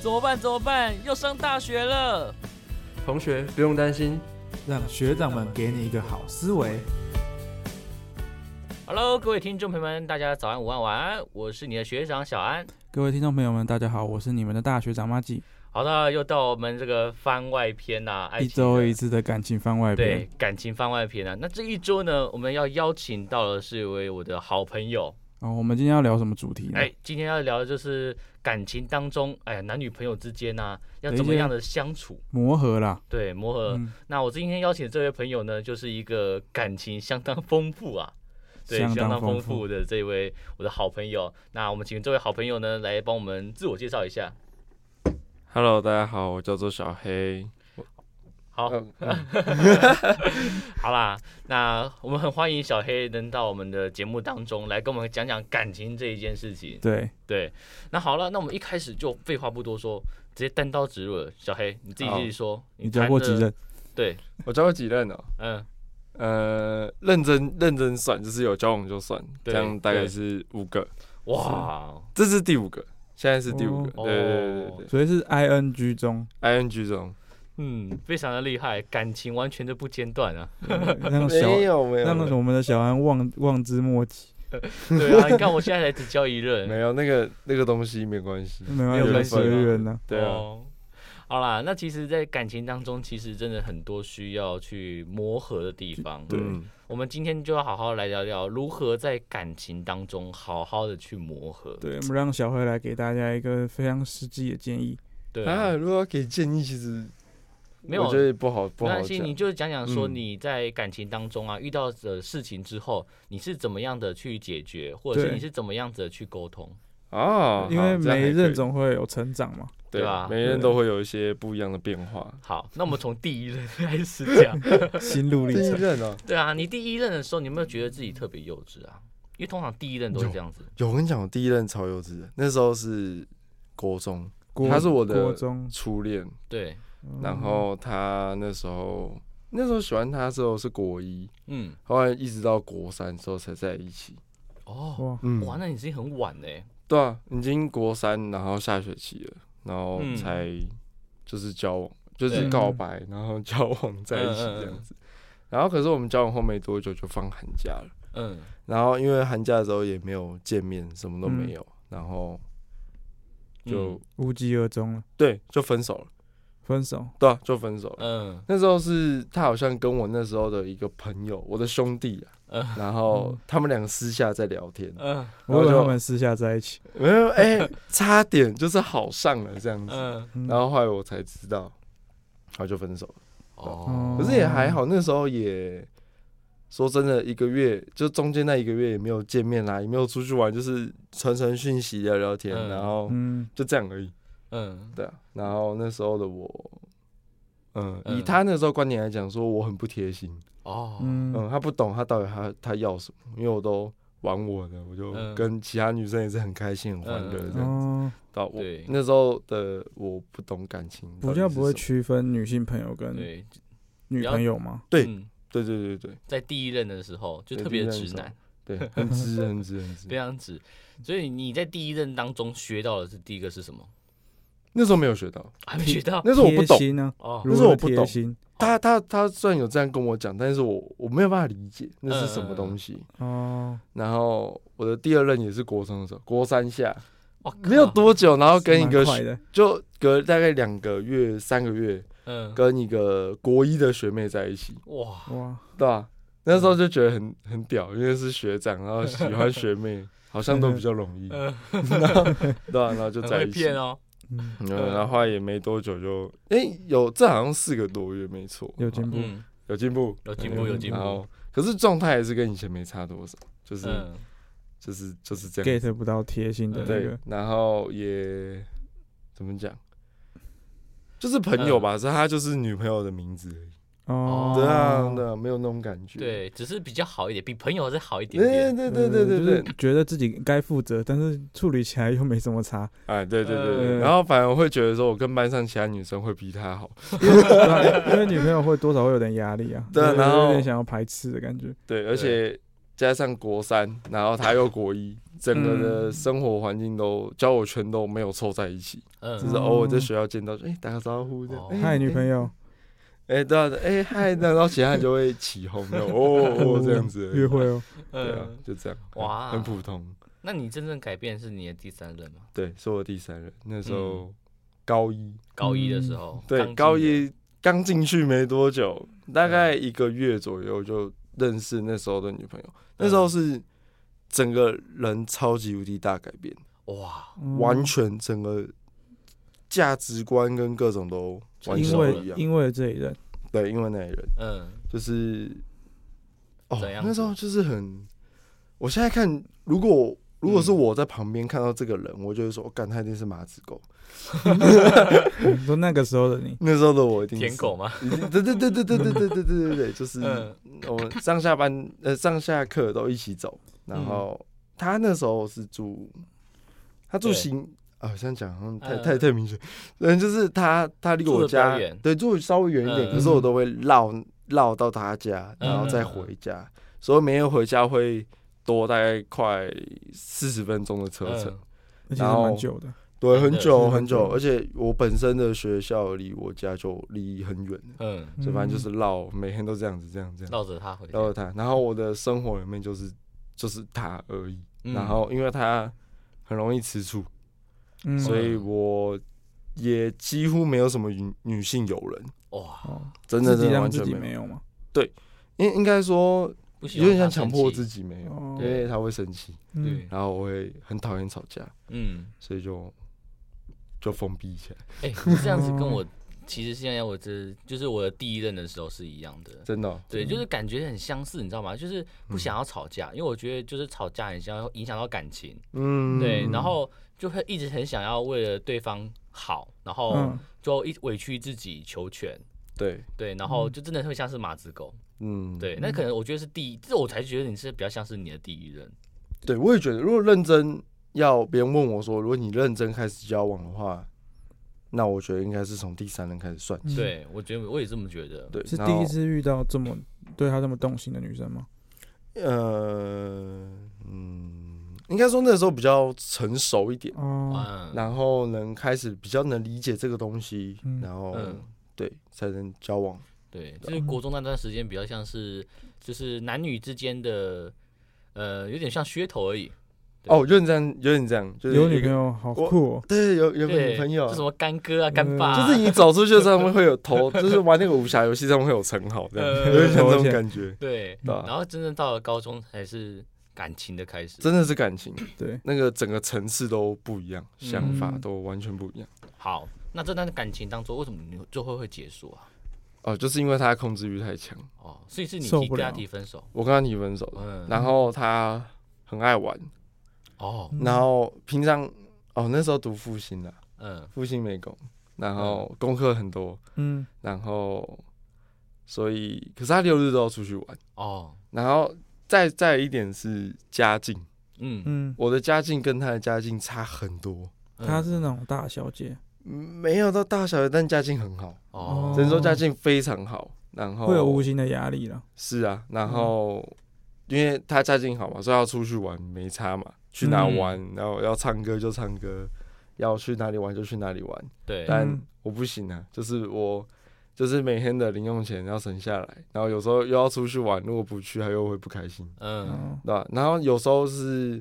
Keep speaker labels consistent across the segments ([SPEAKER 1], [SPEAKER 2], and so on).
[SPEAKER 1] 怎么办？怎么办？要上大学了！
[SPEAKER 2] 同学不用担心，
[SPEAKER 3] 让学长们给你一个好思维。
[SPEAKER 1] Hello，各位听众朋友们，大家早安、午安、晚安，我是你的学长小安。
[SPEAKER 4] 各位听众朋友们，大家好，我是你们的大学长马季。
[SPEAKER 1] 好的，又到我们这个番外篇呐、爱
[SPEAKER 4] 一
[SPEAKER 1] 情
[SPEAKER 4] 周
[SPEAKER 1] 的
[SPEAKER 4] 一次的感情番外篇
[SPEAKER 1] 哎对，感情番外篇啊。那这一周呢，我们要邀请到的是一位我的好朋友，
[SPEAKER 4] 哦，我们今天要聊什么主题呢？
[SPEAKER 1] 哎，今天要聊的就是感情当中，哎呀，男女朋友之间呐、要怎么
[SPEAKER 4] 有一些
[SPEAKER 1] 样的相处，
[SPEAKER 4] 磨合啦。
[SPEAKER 1] 对，磨合。
[SPEAKER 4] 哎嗯，
[SPEAKER 1] 那我今天邀请的这位朋友呢，就是一个感情相当丰富啊，对，相当
[SPEAKER 4] 当
[SPEAKER 1] 丰
[SPEAKER 4] 富。
[SPEAKER 1] 富的这位我的好朋友。那我们请这位好朋友呢，来帮我们自我介绍一下。
[SPEAKER 2] Hello，大家好，我叫做小黑。
[SPEAKER 1] 好，
[SPEAKER 2] 嗯
[SPEAKER 1] 好啦，那我们很欢迎小黑能到我们的节目当中来跟我们讲讲感情这一件事情。
[SPEAKER 4] 对，
[SPEAKER 1] 对，那好了，那我们一开始就废话不多说，直接单刀直入了。小黑，你自己
[SPEAKER 2] 好
[SPEAKER 1] 自己说，
[SPEAKER 4] 你
[SPEAKER 1] 谈
[SPEAKER 4] 交过
[SPEAKER 1] 的
[SPEAKER 4] 几？任？
[SPEAKER 1] 对，
[SPEAKER 2] 我交过几任哦、
[SPEAKER 1] 嗯，
[SPEAKER 2] 呃，认真认真算，就是有交往就算，
[SPEAKER 1] 对
[SPEAKER 2] 这样大概是五个，
[SPEAKER 1] 哇，
[SPEAKER 2] 这是第五个，现在是第五个，
[SPEAKER 1] 哦
[SPEAKER 2] 对对对对对
[SPEAKER 4] 所以是 I N G 中，
[SPEAKER 2] ，I N G 中
[SPEAKER 1] 嗯，非常的厉害，感情完全的不间断 啊。
[SPEAKER 4] 让小
[SPEAKER 2] 有没
[SPEAKER 4] 让我们的小安望望之莫及。
[SPEAKER 1] 对啊，你看我现在才只交一任，
[SPEAKER 2] 没有那个那个东西没关系，
[SPEAKER 4] 没
[SPEAKER 1] 有
[SPEAKER 4] 有
[SPEAKER 1] 关
[SPEAKER 4] 关
[SPEAKER 1] 系
[SPEAKER 4] 系，随缘呢。
[SPEAKER 2] 对啊，
[SPEAKER 1] 哦好啦，那其实，在感情当中，其实真的很多需要去磨合的地方。
[SPEAKER 4] 对
[SPEAKER 2] 嗯
[SPEAKER 1] 我们今天就要好好来聊聊如何在感情当中好好的去磨合。
[SPEAKER 4] 对，我们让小黑来给大家一个非常实际的建议。
[SPEAKER 1] 对
[SPEAKER 2] 啊，
[SPEAKER 1] 啊，
[SPEAKER 2] 如果要给建议，其实
[SPEAKER 1] 没有
[SPEAKER 2] 我觉得不好不
[SPEAKER 1] 没
[SPEAKER 2] 好
[SPEAKER 1] 关系，
[SPEAKER 2] 讲
[SPEAKER 1] 你，就讲讲说
[SPEAKER 2] 嗯
[SPEAKER 1] 你在感情当中啊、遇到的事情之后，你是怎么样的去解决，或者是
[SPEAKER 4] 对
[SPEAKER 1] 你是怎么样子的去沟通。
[SPEAKER 2] 啊，
[SPEAKER 4] 因为
[SPEAKER 2] 好这样还
[SPEAKER 4] 每一
[SPEAKER 2] 可以
[SPEAKER 4] 任总会有成长嘛。
[SPEAKER 2] 对
[SPEAKER 1] 对吧
[SPEAKER 2] 每一任
[SPEAKER 4] 对
[SPEAKER 2] 都会有一些不一样的变化。
[SPEAKER 1] 好，那我们从第一任开始 讲。
[SPEAKER 4] 心路历
[SPEAKER 2] 第一
[SPEAKER 4] 程。
[SPEAKER 2] 任啊，
[SPEAKER 1] 对啊，你第一任的时候，你有没有觉得自己特别幼稚啊？因为通常第一任都是这样子。
[SPEAKER 2] 有我跟你讲，我第一任超幼稚的，那时候是国中
[SPEAKER 4] 国
[SPEAKER 2] 他是我的
[SPEAKER 4] 国中，
[SPEAKER 2] 初恋，
[SPEAKER 1] 对，
[SPEAKER 4] 嗯
[SPEAKER 2] 然后他那时候那时候喜欢他的时候是国一，
[SPEAKER 1] 嗯，
[SPEAKER 2] 后来一直到国三之后才在一起。
[SPEAKER 1] 哦，
[SPEAKER 4] 哇，
[SPEAKER 2] 嗯
[SPEAKER 1] 哇，那你是很晚嘞。
[SPEAKER 2] 对啊，已经国三，然后下学期了，然后
[SPEAKER 1] 嗯
[SPEAKER 2] 才就是交往，就是
[SPEAKER 1] 对
[SPEAKER 2] 告白，然后交往在一起
[SPEAKER 1] 嗯嗯嗯
[SPEAKER 2] 这样子。然后可是我们交往后没多久就放寒假了，
[SPEAKER 1] 嗯，
[SPEAKER 2] 然后因为寒假的时候也没有见面，什么都没有，然后就、
[SPEAKER 1] 嗯
[SPEAKER 4] 无疾而终了，
[SPEAKER 2] 对就分手了，
[SPEAKER 4] 分手。
[SPEAKER 2] 对啊，就分手了。
[SPEAKER 1] 嗯
[SPEAKER 2] 那时候是他好像跟我那时候的一个朋友，我的兄弟啊，
[SPEAKER 1] 嗯
[SPEAKER 2] 然后他们两个私下在聊天，
[SPEAKER 1] 嗯
[SPEAKER 4] 我以
[SPEAKER 2] 然
[SPEAKER 4] 为
[SPEAKER 2] 后就
[SPEAKER 4] 他们私下在一起。
[SPEAKER 2] 没有哎、差点就是好上了这样子，
[SPEAKER 1] 嗯，
[SPEAKER 4] 嗯
[SPEAKER 2] 然后后来我才知道，然后就分手了。
[SPEAKER 1] 哦
[SPEAKER 2] 可是也还好，那时候也说真的，一个月就中间那一个月也没有见面啦，也没有出去玩，就是传传讯息、聊聊天，
[SPEAKER 1] 嗯
[SPEAKER 2] 然后
[SPEAKER 4] 嗯，
[SPEAKER 2] 就这样而已。
[SPEAKER 1] 嗯
[SPEAKER 2] 对啊，然后那时候的我，嗯，
[SPEAKER 1] 嗯
[SPEAKER 2] 以他那时候观点来讲，说我很不贴心，
[SPEAKER 1] 哦
[SPEAKER 4] 嗯，
[SPEAKER 2] 嗯，他不懂他到底他他要什么，因为我都玩我的，我就
[SPEAKER 1] 嗯
[SPEAKER 2] 跟其他女生也是很开心、很欢乐
[SPEAKER 1] 嗯
[SPEAKER 2] 这样子。
[SPEAKER 4] 哦，
[SPEAKER 2] 到我
[SPEAKER 1] 对
[SPEAKER 2] 那时候的我不懂感情到
[SPEAKER 4] 比
[SPEAKER 2] 底是什
[SPEAKER 4] 较
[SPEAKER 2] 么，
[SPEAKER 4] 不会区分女性朋友跟
[SPEAKER 1] 对，
[SPEAKER 4] 女朋友嘛。
[SPEAKER 2] 对
[SPEAKER 1] 嗯
[SPEAKER 2] 对对对对
[SPEAKER 1] 在第一任的时候就
[SPEAKER 2] 对
[SPEAKER 1] 特别
[SPEAKER 2] 第一任的
[SPEAKER 1] 直
[SPEAKER 2] 时候
[SPEAKER 1] 男，
[SPEAKER 2] 对， 很直很直很
[SPEAKER 1] 非
[SPEAKER 2] 直。
[SPEAKER 1] 常直。所以你在第一任当中学到的是第一个是什么？
[SPEAKER 2] 那时候没有学到，
[SPEAKER 1] 还没学到
[SPEAKER 2] 那时候我不懂
[SPEAKER 4] 贴，心呢，
[SPEAKER 1] 哦
[SPEAKER 2] 那
[SPEAKER 4] 如
[SPEAKER 2] 时候我
[SPEAKER 4] 何
[SPEAKER 2] 不
[SPEAKER 4] 贴
[SPEAKER 2] 懂
[SPEAKER 4] 心
[SPEAKER 2] 他他他虽然有这样跟我讲，但是我我没有办法理解那是什
[SPEAKER 1] 嗯嗯
[SPEAKER 2] 么
[SPEAKER 1] 嗯
[SPEAKER 2] 东西。
[SPEAKER 4] 哦，
[SPEAKER 2] 然后我的第二任也是国中的时候，国三下
[SPEAKER 1] 哇，
[SPEAKER 2] 没有
[SPEAKER 1] 哦靠，
[SPEAKER 2] 多久，然后跟一
[SPEAKER 4] 蛮
[SPEAKER 2] 个
[SPEAKER 4] 快
[SPEAKER 2] 学
[SPEAKER 4] 的，
[SPEAKER 2] 就隔大概两个月、三个月，
[SPEAKER 1] 嗯，
[SPEAKER 2] 跟一个国一的学妹在一起，
[SPEAKER 1] 哇，
[SPEAKER 4] 哇，
[SPEAKER 2] 对吧、那时候就觉得很很屌，因为是学长，然后喜欢学妹，好像都比较容易，
[SPEAKER 1] 嗯，
[SPEAKER 2] 对吧、然后就
[SPEAKER 1] 很
[SPEAKER 2] 在
[SPEAKER 1] 会
[SPEAKER 2] 一起
[SPEAKER 1] 骗。哦，
[SPEAKER 4] 嗯，
[SPEAKER 2] 嗯，然后后来也没多久就，哎、有这好像四个多月，没错，
[SPEAKER 4] 有进步，
[SPEAKER 1] 嗯，
[SPEAKER 2] 有进步，
[SPEAKER 1] 有进步，有进
[SPEAKER 2] 然
[SPEAKER 1] 步
[SPEAKER 2] 后，可是状态还是跟以前没差多少，就是、
[SPEAKER 1] 嗯，
[SPEAKER 2] 就是就是这样。
[SPEAKER 4] get 不到贴心的那
[SPEAKER 2] 对
[SPEAKER 4] 个，，
[SPEAKER 2] 然后也怎么讲，就是朋
[SPEAKER 1] 嗯
[SPEAKER 2] 友吧，是他就是女朋友的名字而已。
[SPEAKER 4] 哦，
[SPEAKER 2] 对啊，对啊，没有那种感觉。
[SPEAKER 1] 对，只是比较好一点，比朋友再好一点
[SPEAKER 2] 对
[SPEAKER 1] 点，
[SPEAKER 2] 对对对对对
[SPEAKER 4] 就是，觉得自己该负责，但是处理起来又没什么差，
[SPEAKER 2] 哎，对对对对。
[SPEAKER 4] 嗯
[SPEAKER 2] 然后反而会觉得说，我跟班上其他女生会比他好。
[SPEAKER 4] 对啊因为女朋友会多少会有点压力啊，
[SPEAKER 2] 对啊然后
[SPEAKER 4] 有点想要排斥的感觉，
[SPEAKER 2] 对，而且加上国三，然后他又国 一，整个的生活环境都交友圈都没有凑在一起，
[SPEAKER 1] 嗯，
[SPEAKER 2] 只是啊偶尔在学校见到，哎、打个招呼这样
[SPEAKER 1] 哦，
[SPEAKER 4] 嗨，女朋
[SPEAKER 2] 友，
[SPEAKER 4] 友，
[SPEAKER 2] 哎、对啊，哎、嗨，然后其他人就会起哄，就哦 哦这样子而已，
[SPEAKER 4] 约会哦，
[SPEAKER 2] 对啊
[SPEAKER 1] 嗯，
[SPEAKER 2] 就这样，
[SPEAKER 1] 哇
[SPEAKER 2] 很普通，
[SPEAKER 1] 那你真正改变是你的第三任吗？
[SPEAKER 2] 对，是我第三人，那时
[SPEAKER 1] 嗯
[SPEAKER 2] 候高一，
[SPEAKER 1] 高一的时候，刚
[SPEAKER 2] 嗯对，
[SPEAKER 1] 进
[SPEAKER 2] 高
[SPEAKER 1] 的，
[SPEAKER 2] 一刚进去没多久，大概一个月左右就认识那时候的女朋友。那时候是整个人超级无敌大改变，
[SPEAKER 1] 哇，
[SPEAKER 4] 嗯
[SPEAKER 2] 完全整个价值观跟各种都完全
[SPEAKER 4] 因
[SPEAKER 2] 不
[SPEAKER 4] 为
[SPEAKER 1] 熟
[SPEAKER 2] 一样。
[SPEAKER 4] 因为这一任，
[SPEAKER 2] 对，因为那一人
[SPEAKER 1] 嗯，
[SPEAKER 2] 就是哦
[SPEAKER 1] 怎，样子
[SPEAKER 2] 那时候就是很，我现在看，如果如
[SPEAKER 1] 嗯
[SPEAKER 2] 果是我在旁边看到这个人，我就会说，我哦干，他一定是马子狗。
[SPEAKER 4] 你说嗯那个时候的你，
[SPEAKER 2] 那时候的我一定是
[SPEAKER 1] 舔狗吗？
[SPEAKER 2] 已经对对对对对对对对对对对，就是
[SPEAKER 1] 嗯
[SPEAKER 2] 我们上下班呃上下课都一起走，
[SPEAKER 1] 嗯
[SPEAKER 2] 然后他那时候是住，他住
[SPEAKER 1] 对
[SPEAKER 2] 新啊，这样讲好像太
[SPEAKER 1] 嗯
[SPEAKER 2] 太太明显，嗯，就是他他离
[SPEAKER 1] 住
[SPEAKER 2] 我
[SPEAKER 1] 得比较
[SPEAKER 2] 家
[SPEAKER 1] 远
[SPEAKER 2] 对住稍微远一点，
[SPEAKER 1] 嗯
[SPEAKER 2] 可是我都会绕绕到他家，
[SPEAKER 1] 嗯
[SPEAKER 2] 然后再回家，所以每天回家会多大概快四十分钟的车程
[SPEAKER 1] 嗯，
[SPEAKER 4] 那其实蛮久的，
[SPEAKER 2] 对，很
[SPEAKER 1] 真的嗯
[SPEAKER 2] 久
[SPEAKER 4] 是
[SPEAKER 2] 很
[SPEAKER 4] 很
[SPEAKER 2] 久，
[SPEAKER 4] 久
[SPEAKER 2] 而且我本身的学校离我家就离很远。
[SPEAKER 1] 嗯，
[SPEAKER 2] 所以反正就是绕，每天都这样子，这样这样
[SPEAKER 1] 绕着他回家
[SPEAKER 2] 绕，着他。然后我的生活里面就是就是他而已。
[SPEAKER 1] 嗯
[SPEAKER 2] 然后因为他很容易吃醋，
[SPEAKER 4] 嗯，
[SPEAKER 2] 所以我也几乎没有什么女女性友人，
[SPEAKER 1] 哇，
[SPEAKER 4] 哦，
[SPEAKER 2] 真的
[SPEAKER 4] 自己
[SPEAKER 2] 真的
[SPEAKER 4] 让
[SPEAKER 2] 完
[SPEAKER 4] 自
[SPEAKER 2] 全
[SPEAKER 4] 己
[SPEAKER 2] 没
[SPEAKER 4] 没
[SPEAKER 2] 有。
[SPEAKER 4] 有嘛，
[SPEAKER 2] 应应该说
[SPEAKER 1] 不喜
[SPEAKER 2] 有
[SPEAKER 1] 欢
[SPEAKER 2] 点像
[SPEAKER 1] 他
[SPEAKER 2] 强迫自
[SPEAKER 1] 生气，
[SPEAKER 2] 己没有，
[SPEAKER 4] 哦
[SPEAKER 2] 因为他会生气，
[SPEAKER 4] 嗯
[SPEAKER 1] 对，
[SPEAKER 2] 然后我会很讨厌吵架，
[SPEAKER 1] 嗯，
[SPEAKER 2] 所以就就封闭起来。
[SPEAKER 1] 哎，你这样子跟 我。其实现在我这就是我的第一任的时候是一样的，
[SPEAKER 2] 真的哦、
[SPEAKER 1] 对，
[SPEAKER 4] 嗯
[SPEAKER 1] 就是感觉很相似，你知道吗？就是不想要吵架，因为我觉得就是吵架很像影响到感情，
[SPEAKER 2] 嗯
[SPEAKER 1] 对，然后就会一直很想要为了对方好，然后
[SPEAKER 4] 嗯，
[SPEAKER 1] 就一委屈自己求全，
[SPEAKER 2] 对，
[SPEAKER 1] 对，然后就真的会像是马子狗，
[SPEAKER 2] 嗯，
[SPEAKER 1] 对，那可能我觉得是第一，这我才觉得你是比较像是你的第一任，
[SPEAKER 2] 对，我也觉得，如果认真要别人问我说，如果你认真开始交往的话，那我觉得应该是从第三人开始算起。
[SPEAKER 4] 嗯，
[SPEAKER 1] 对我觉得我也这么觉得，
[SPEAKER 2] 对，
[SPEAKER 4] 是
[SPEAKER 2] 然
[SPEAKER 4] 第一
[SPEAKER 2] 后
[SPEAKER 4] 次遇到这么对他这么动心的女生吗？
[SPEAKER 2] 呃，嗯，应该说那时候比较成熟一点，
[SPEAKER 4] 哦，
[SPEAKER 1] 嗯，
[SPEAKER 2] 然后能开始比较能理解这个东西，
[SPEAKER 4] 嗯
[SPEAKER 2] 然后、
[SPEAKER 1] 嗯
[SPEAKER 2] 对才能交往。
[SPEAKER 1] 对，
[SPEAKER 2] 嗯
[SPEAKER 1] 就是国中那段时间比较像是就是男女之间的，呃，有点像噱头而已，对
[SPEAKER 2] 哦，有点这样，有点这样，就是
[SPEAKER 4] 有女
[SPEAKER 2] 一
[SPEAKER 4] 朋
[SPEAKER 2] 个，
[SPEAKER 4] 友好
[SPEAKER 2] 我
[SPEAKER 4] 酷哦，
[SPEAKER 2] 对，有有个
[SPEAKER 1] 对，
[SPEAKER 2] 女朋友嗯
[SPEAKER 1] 就。什么干哥啊、干爸啊，
[SPEAKER 2] 就是你走出去上面会有 头，就是玩那个武侠游戏上面会有称号，这样
[SPEAKER 1] 呃
[SPEAKER 2] 有点像这种
[SPEAKER 4] 头衔嗯
[SPEAKER 2] 感觉，
[SPEAKER 1] 对，
[SPEAKER 2] 对吧
[SPEAKER 1] 然后真正到了高中才是感情的开始。
[SPEAKER 2] 真的是感情。
[SPEAKER 4] 对，
[SPEAKER 2] 那个整个层次都不一样，
[SPEAKER 1] 嗯
[SPEAKER 2] 想法都完全不一样。
[SPEAKER 1] 好，那这段感情当中，为什么你最后会结束啊？
[SPEAKER 2] 哦，就是因为他控制欲太强，
[SPEAKER 1] 哦，所以是你
[SPEAKER 4] 受
[SPEAKER 1] 提
[SPEAKER 4] 不
[SPEAKER 1] 跟他
[SPEAKER 4] 了
[SPEAKER 1] 提分手，
[SPEAKER 2] 我跟他提分手了，
[SPEAKER 1] 嗯，
[SPEAKER 2] 然后他很爱玩，
[SPEAKER 1] 哦，
[SPEAKER 4] 嗯
[SPEAKER 2] 然后平常哦那时候读复兴啦，
[SPEAKER 1] 嗯，
[SPEAKER 2] 复兴美工，然后功课很多，
[SPEAKER 4] 嗯，
[SPEAKER 2] 然后所以可是他六日都要出去玩，
[SPEAKER 1] 哦，
[SPEAKER 2] 然后再再一点是家境，
[SPEAKER 1] 嗯，
[SPEAKER 4] 嗯，
[SPEAKER 2] 我的家境跟他的家境差很多，
[SPEAKER 1] 嗯
[SPEAKER 4] 她是那种大小姐，
[SPEAKER 2] 嗯没有到大小的，但家境很好，
[SPEAKER 1] 哦，
[SPEAKER 2] 只能说家境非常好，然后
[SPEAKER 4] 会有无形的压力了。
[SPEAKER 2] 是啊，然后、因为他家境好嘛，所以要出去玩没差嘛，去哪玩，然后要唱歌就唱歌，要去哪里玩就去哪里玩。
[SPEAKER 1] 对，
[SPEAKER 2] 但我不行啊，就是我就是每天的零用钱要省下来，然后有时候又要出去玩，如果不去，他又会不开心，
[SPEAKER 1] 嗯，
[SPEAKER 4] 哦，
[SPEAKER 2] 对吧、然后有时候是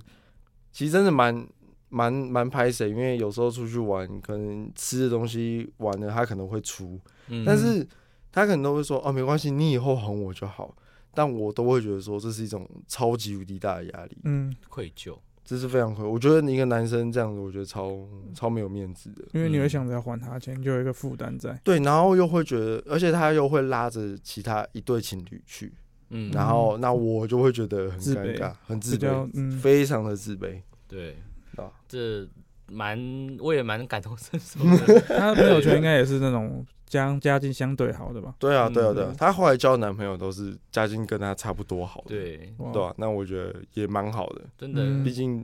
[SPEAKER 2] 其实真的蛮。蛮蛮拍谁，因为有时候出去玩，可能吃的东西完了，他可能会出，
[SPEAKER 1] 嗯
[SPEAKER 2] 但是他可能都会说哦，没关系，你以后哄我就好。但我都会觉得说，这是一种超级无敌大的压力，
[SPEAKER 4] 嗯，
[SPEAKER 1] 愧疚，
[SPEAKER 2] 这是非常亏。我觉得一个男生这样子，我觉得超
[SPEAKER 4] 嗯
[SPEAKER 2] 超没有面子的。
[SPEAKER 4] 因为你会想着要还她钱，就有一个负担在。
[SPEAKER 2] 对，然后又会觉得，而且他又会拉着其他一对情侣去，
[SPEAKER 1] 嗯，
[SPEAKER 2] 然后那我就会觉得很
[SPEAKER 4] 自
[SPEAKER 2] 尴
[SPEAKER 4] 卑
[SPEAKER 2] 尬，很自
[SPEAKER 4] 比较
[SPEAKER 2] 卑，
[SPEAKER 4] 嗯，
[SPEAKER 2] 非常的自卑。
[SPEAKER 1] 对
[SPEAKER 2] 啊，
[SPEAKER 1] 这蛮我也蛮感同身受 的，
[SPEAKER 4] 她的朋友圈应该也是那种家家境相对好的吧？
[SPEAKER 2] 对啊，对啊，
[SPEAKER 1] 嗯
[SPEAKER 2] 对啊。她后来交的男朋友都是家境跟她差不多好的，
[SPEAKER 1] 对，
[SPEAKER 4] 哇
[SPEAKER 2] 对啊，那我觉得也蛮好的，
[SPEAKER 1] 真的，
[SPEAKER 4] 嗯
[SPEAKER 2] 毕竟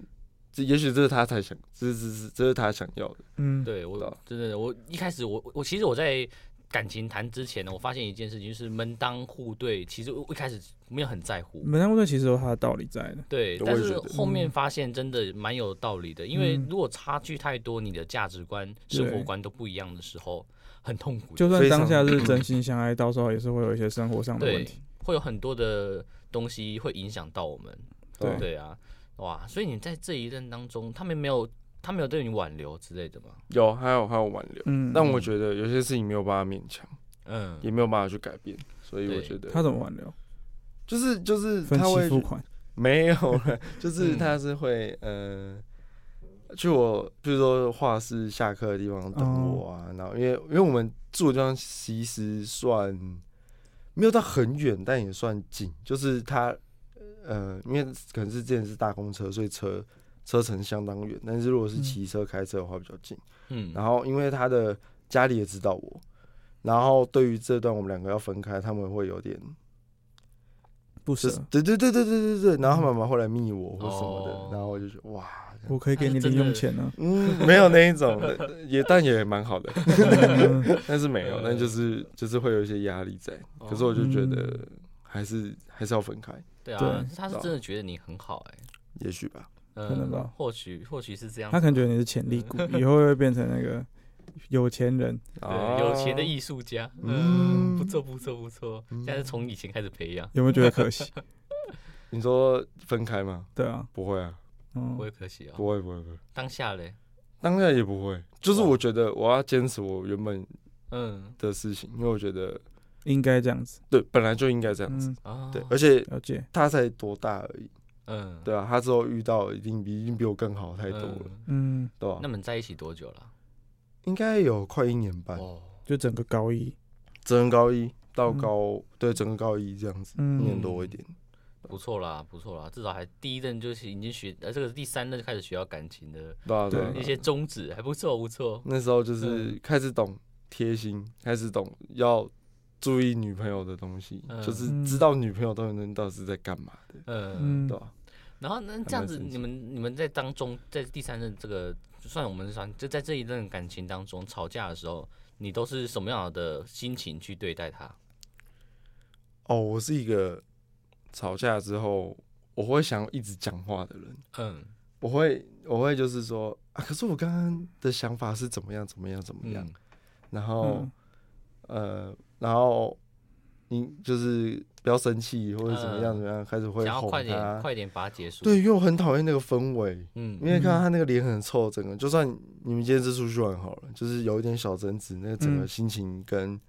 [SPEAKER 2] 这也许这是她才想，这是这是这是她想要的。
[SPEAKER 4] 嗯，
[SPEAKER 1] 对我
[SPEAKER 2] 对啊
[SPEAKER 1] 真的，我一开始我我其实我在感情谈之前呢，我发现一件事情，就是门当户对，其实我一开始没有很在乎。
[SPEAKER 4] 门当户对其实有它的道理在的。
[SPEAKER 1] 对，
[SPEAKER 2] 嗯我
[SPEAKER 1] 但
[SPEAKER 2] 也
[SPEAKER 1] 是
[SPEAKER 2] 觉得
[SPEAKER 1] 后面
[SPEAKER 4] 嗯
[SPEAKER 1] 发现真的蛮有道理的，因为
[SPEAKER 4] 嗯
[SPEAKER 1] 如果差距太多，你的价值观、生活
[SPEAKER 4] 对
[SPEAKER 1] 观都不一样的时候，很痛苦的，
[SPEAKER 4] 就算
[SPEAKER 2] 非常嗯
[SPEAKER 4] 当下是真心相爱，到时候也是会有一些生活上的问题。
[SPEAKER 1] 会有很多的东西会影响到我们。
[SPEAKER 4] 对
[SPEAKER 1] 对啊，哇！所以你在这一任当中，他们没有，他们有对你挽留之类的吗？
[SPEAKER 2] 有还有还有挽留，
[SPEAKER 4] 嗯，
[SPEAKER 2] 但我觉得有些事情没有办法勉强，
[SPEAKER 1] 嗯，
[SPEAKER 2] 也没有办法去改变，所以
[SPEAKER 1] 对
[SPEAKER 2] 我觉得
[SPEAKER 4] 他怎么挽留？
[SPEAKER 2] 就是就是
[SPEAKER 4] 分
[SPEAKER 2] 他
[SPEAKER 4] 期
[SPEAKER 2] 会
[SPEAKER 4] 付款，
[SPEAKER 2] 没有了，就是
[SPEAKER 1] 嗯
[SPEAKER 2] 他是会嗯、呃，去我比如说画室下课的地方
[SPEAKER 1] 哦
[SPEAKER 2] 等我啊，然后因为因为我们住的地方其实算没有到很远，但也算近，就是他呃，因为可能是之前是大公车，所以车车程相当远，但是如果是
[SPEAKER 4] 嗯
[SPEAKER 2] 骑车开车的话比较近。
[SPEAKER 1] 嗯，
[SPEAKER 2] 然后因为他的家里也知道我，然后对于这段我们两个要分开，他们会有点
[SPEAKER 4] 不舍
[SPEAKER 2] 就是。对对对对对对对，然后他妈妈后来密我或什么的，
[SPEAKER 1] 哦
[SPEAKER 2] 然后我就觉得 哇，
[SPEAKER 4] 我可以给你零用钱呢、
[SPEAKER 2] 嗯，没有那一种的，也但也蛮好的，
[SPEAKER 4] 嗯
[SPEAKER 2] 但是没有，但
[SPEAKER 1] 嗯
[SPEAKER 2] 就是就是会有一些压力在，
[SPEAKER 1] 哦
[SPEAKER 2] 可是我就觉得
[SPEAKER 4] 嗯
[SPEAKER 2] 还是还是要分开，
[SPEAKER 1] 对啊，
[SPEAKER 4] 对
[SPEAKER 1] 他是真的觉得你很好哎、
[SPEAKER 2] 也许吧，
[SPEAKER 1] 嗯，
[SPEAKER 4] 可能吧
[SPEAKER 1] 或许或许是这样子吧，
[SPEAKER 4] 他可能觉得你是潜力股，以后会变成那个有钱人。
[SPEAKER 2] 啊
[SPEAKER 1] 对有钱的艺术家，
[SPEAKER 2] 哦
[SPEAKER 1] 嗯，不错不错不错，
[SPEAKER 2] 嗯
[SPEAKER 1] 现在是从以前开始培养，
[SPEAKER 4] 有没有觉得可惜？
[SPEAKER 2] 你说分开吗？
[SPEAKER 4] 对啊，
[SPEAKER 2] 不会啊，
[SPEAKER 4] 嗯
[SPEAKER 1] 不，会可惜啊、
[SPEAKER 2] 不会不会不会，
[SPEAKER 1] 当下嘞，
[SPEAKER 2] 当下也不会，就是
[SPEAKER 1] 哇
[SPEAKER 2] 我觉得我要坚持我原本
[SPEAKER 1] 嗯
[SPEAKER 2] 的事情，因为我觉得
[SPEAKER 4] 应该这样子。
[SPEAKER 2] 对本来就应该这样子，
[SPEAKER 4] 嗯，
[SPEAKER 1] 啊，
[SPEAKER 2] 对，而且
[SPEAKER 4] 了解。
[SPEAKER 2] 他才多大而已，
[SPEAKER 1] 嗯，
[SPEAKER 2] 对啊，他之后遇到一定比一定比我更好太多了，
[SPEAKER 1] 嗯
[SPEAKER 4] 嗯，
[SPEAKER 2] 对吧
[SPEAKER 1] 那？么你在一起多久了？
[SPEAKER 2] 应该有快一年半，
[SPEAKER 1] 哦，
[SPEAKER 4] 就整个高一，
[SPEAKER 2] 整个高一到
[SPEAKER 4] 嗯
[SPEAKER 2] 高，对，整个高一这样子，一
[SPEAKER 4] 嗯
[SPEAKER 2] 年多一点。
[SPEAKER 1] 不错啦，不错啦，至少还第一任就是已经学，呃，这个是第三任就开始学到感情的
[SPEAKER 2] 对啊，对
[SPEAKER 4] 对
[SPEAKER 2] 啊对
[SPEAKER 1] 一
[SPEAKER 2] 啊
[SPEAKER 1] 些宗旨，还不错不错。
[SPEAKER 2] 那时候就是
[SPEAKER 1] 嗯
[SPEAKER 2] 开始懂贴心，开始懂要注意女朋友的东西，
[SPEAKER 1] 嗯
[SPEAKER 2] 就是知道女朋友到底到底是在干嘛的，
[SPEAKER 1] 嗯，
[SPEAKER 4] 嗯
[SPEAKER 2] 对，啊吧？
[SPEAKER 1] 然后那这样子，
[SPEAKER 2] 神
[SPEAKER 1] 你
[SPEAKER 2] 奇
[SPEAKER 1] 们你们在当中，在第三任这个，就算我们算就在这一任感情当中吵架的时候，你都是什么样的心情去对待他？
[SPEAKER 2] 哦，我是一个吵架之后我会想要一直讲话的人，
[SPEAKER 1] 嗯，
[SPEAKER 2] 我会我会就是说啊，可是我刚刚的想法是怎么样怎么样怎么样，
[SPEAKER 1] 嗯
[SPEAKER 2] 然后。呃，然后你就是不要生气或者怎么样
[SPEAKER 1] 嗯
[SPEAKER 2] 怎么样，开始会
[SPEAKER 1] 想要
[SPEAKER 2] 哄
[SPEAKER 1] 快点
[SPEAKER 2] 他。
[SPEAKER 1] 快点把它结束。
[SPEAKER 2] 对，因为我很讨厌那个氛围，
[SPEAKER 1] 嗯，
[SPEAKER 2] 因为看到他那个脸很臭，整个就算你们今天是出去玩好了，就是有一点小争执，那个整个
[SPEAKER 4] 嗯
[SPEAKER 2] 心情跟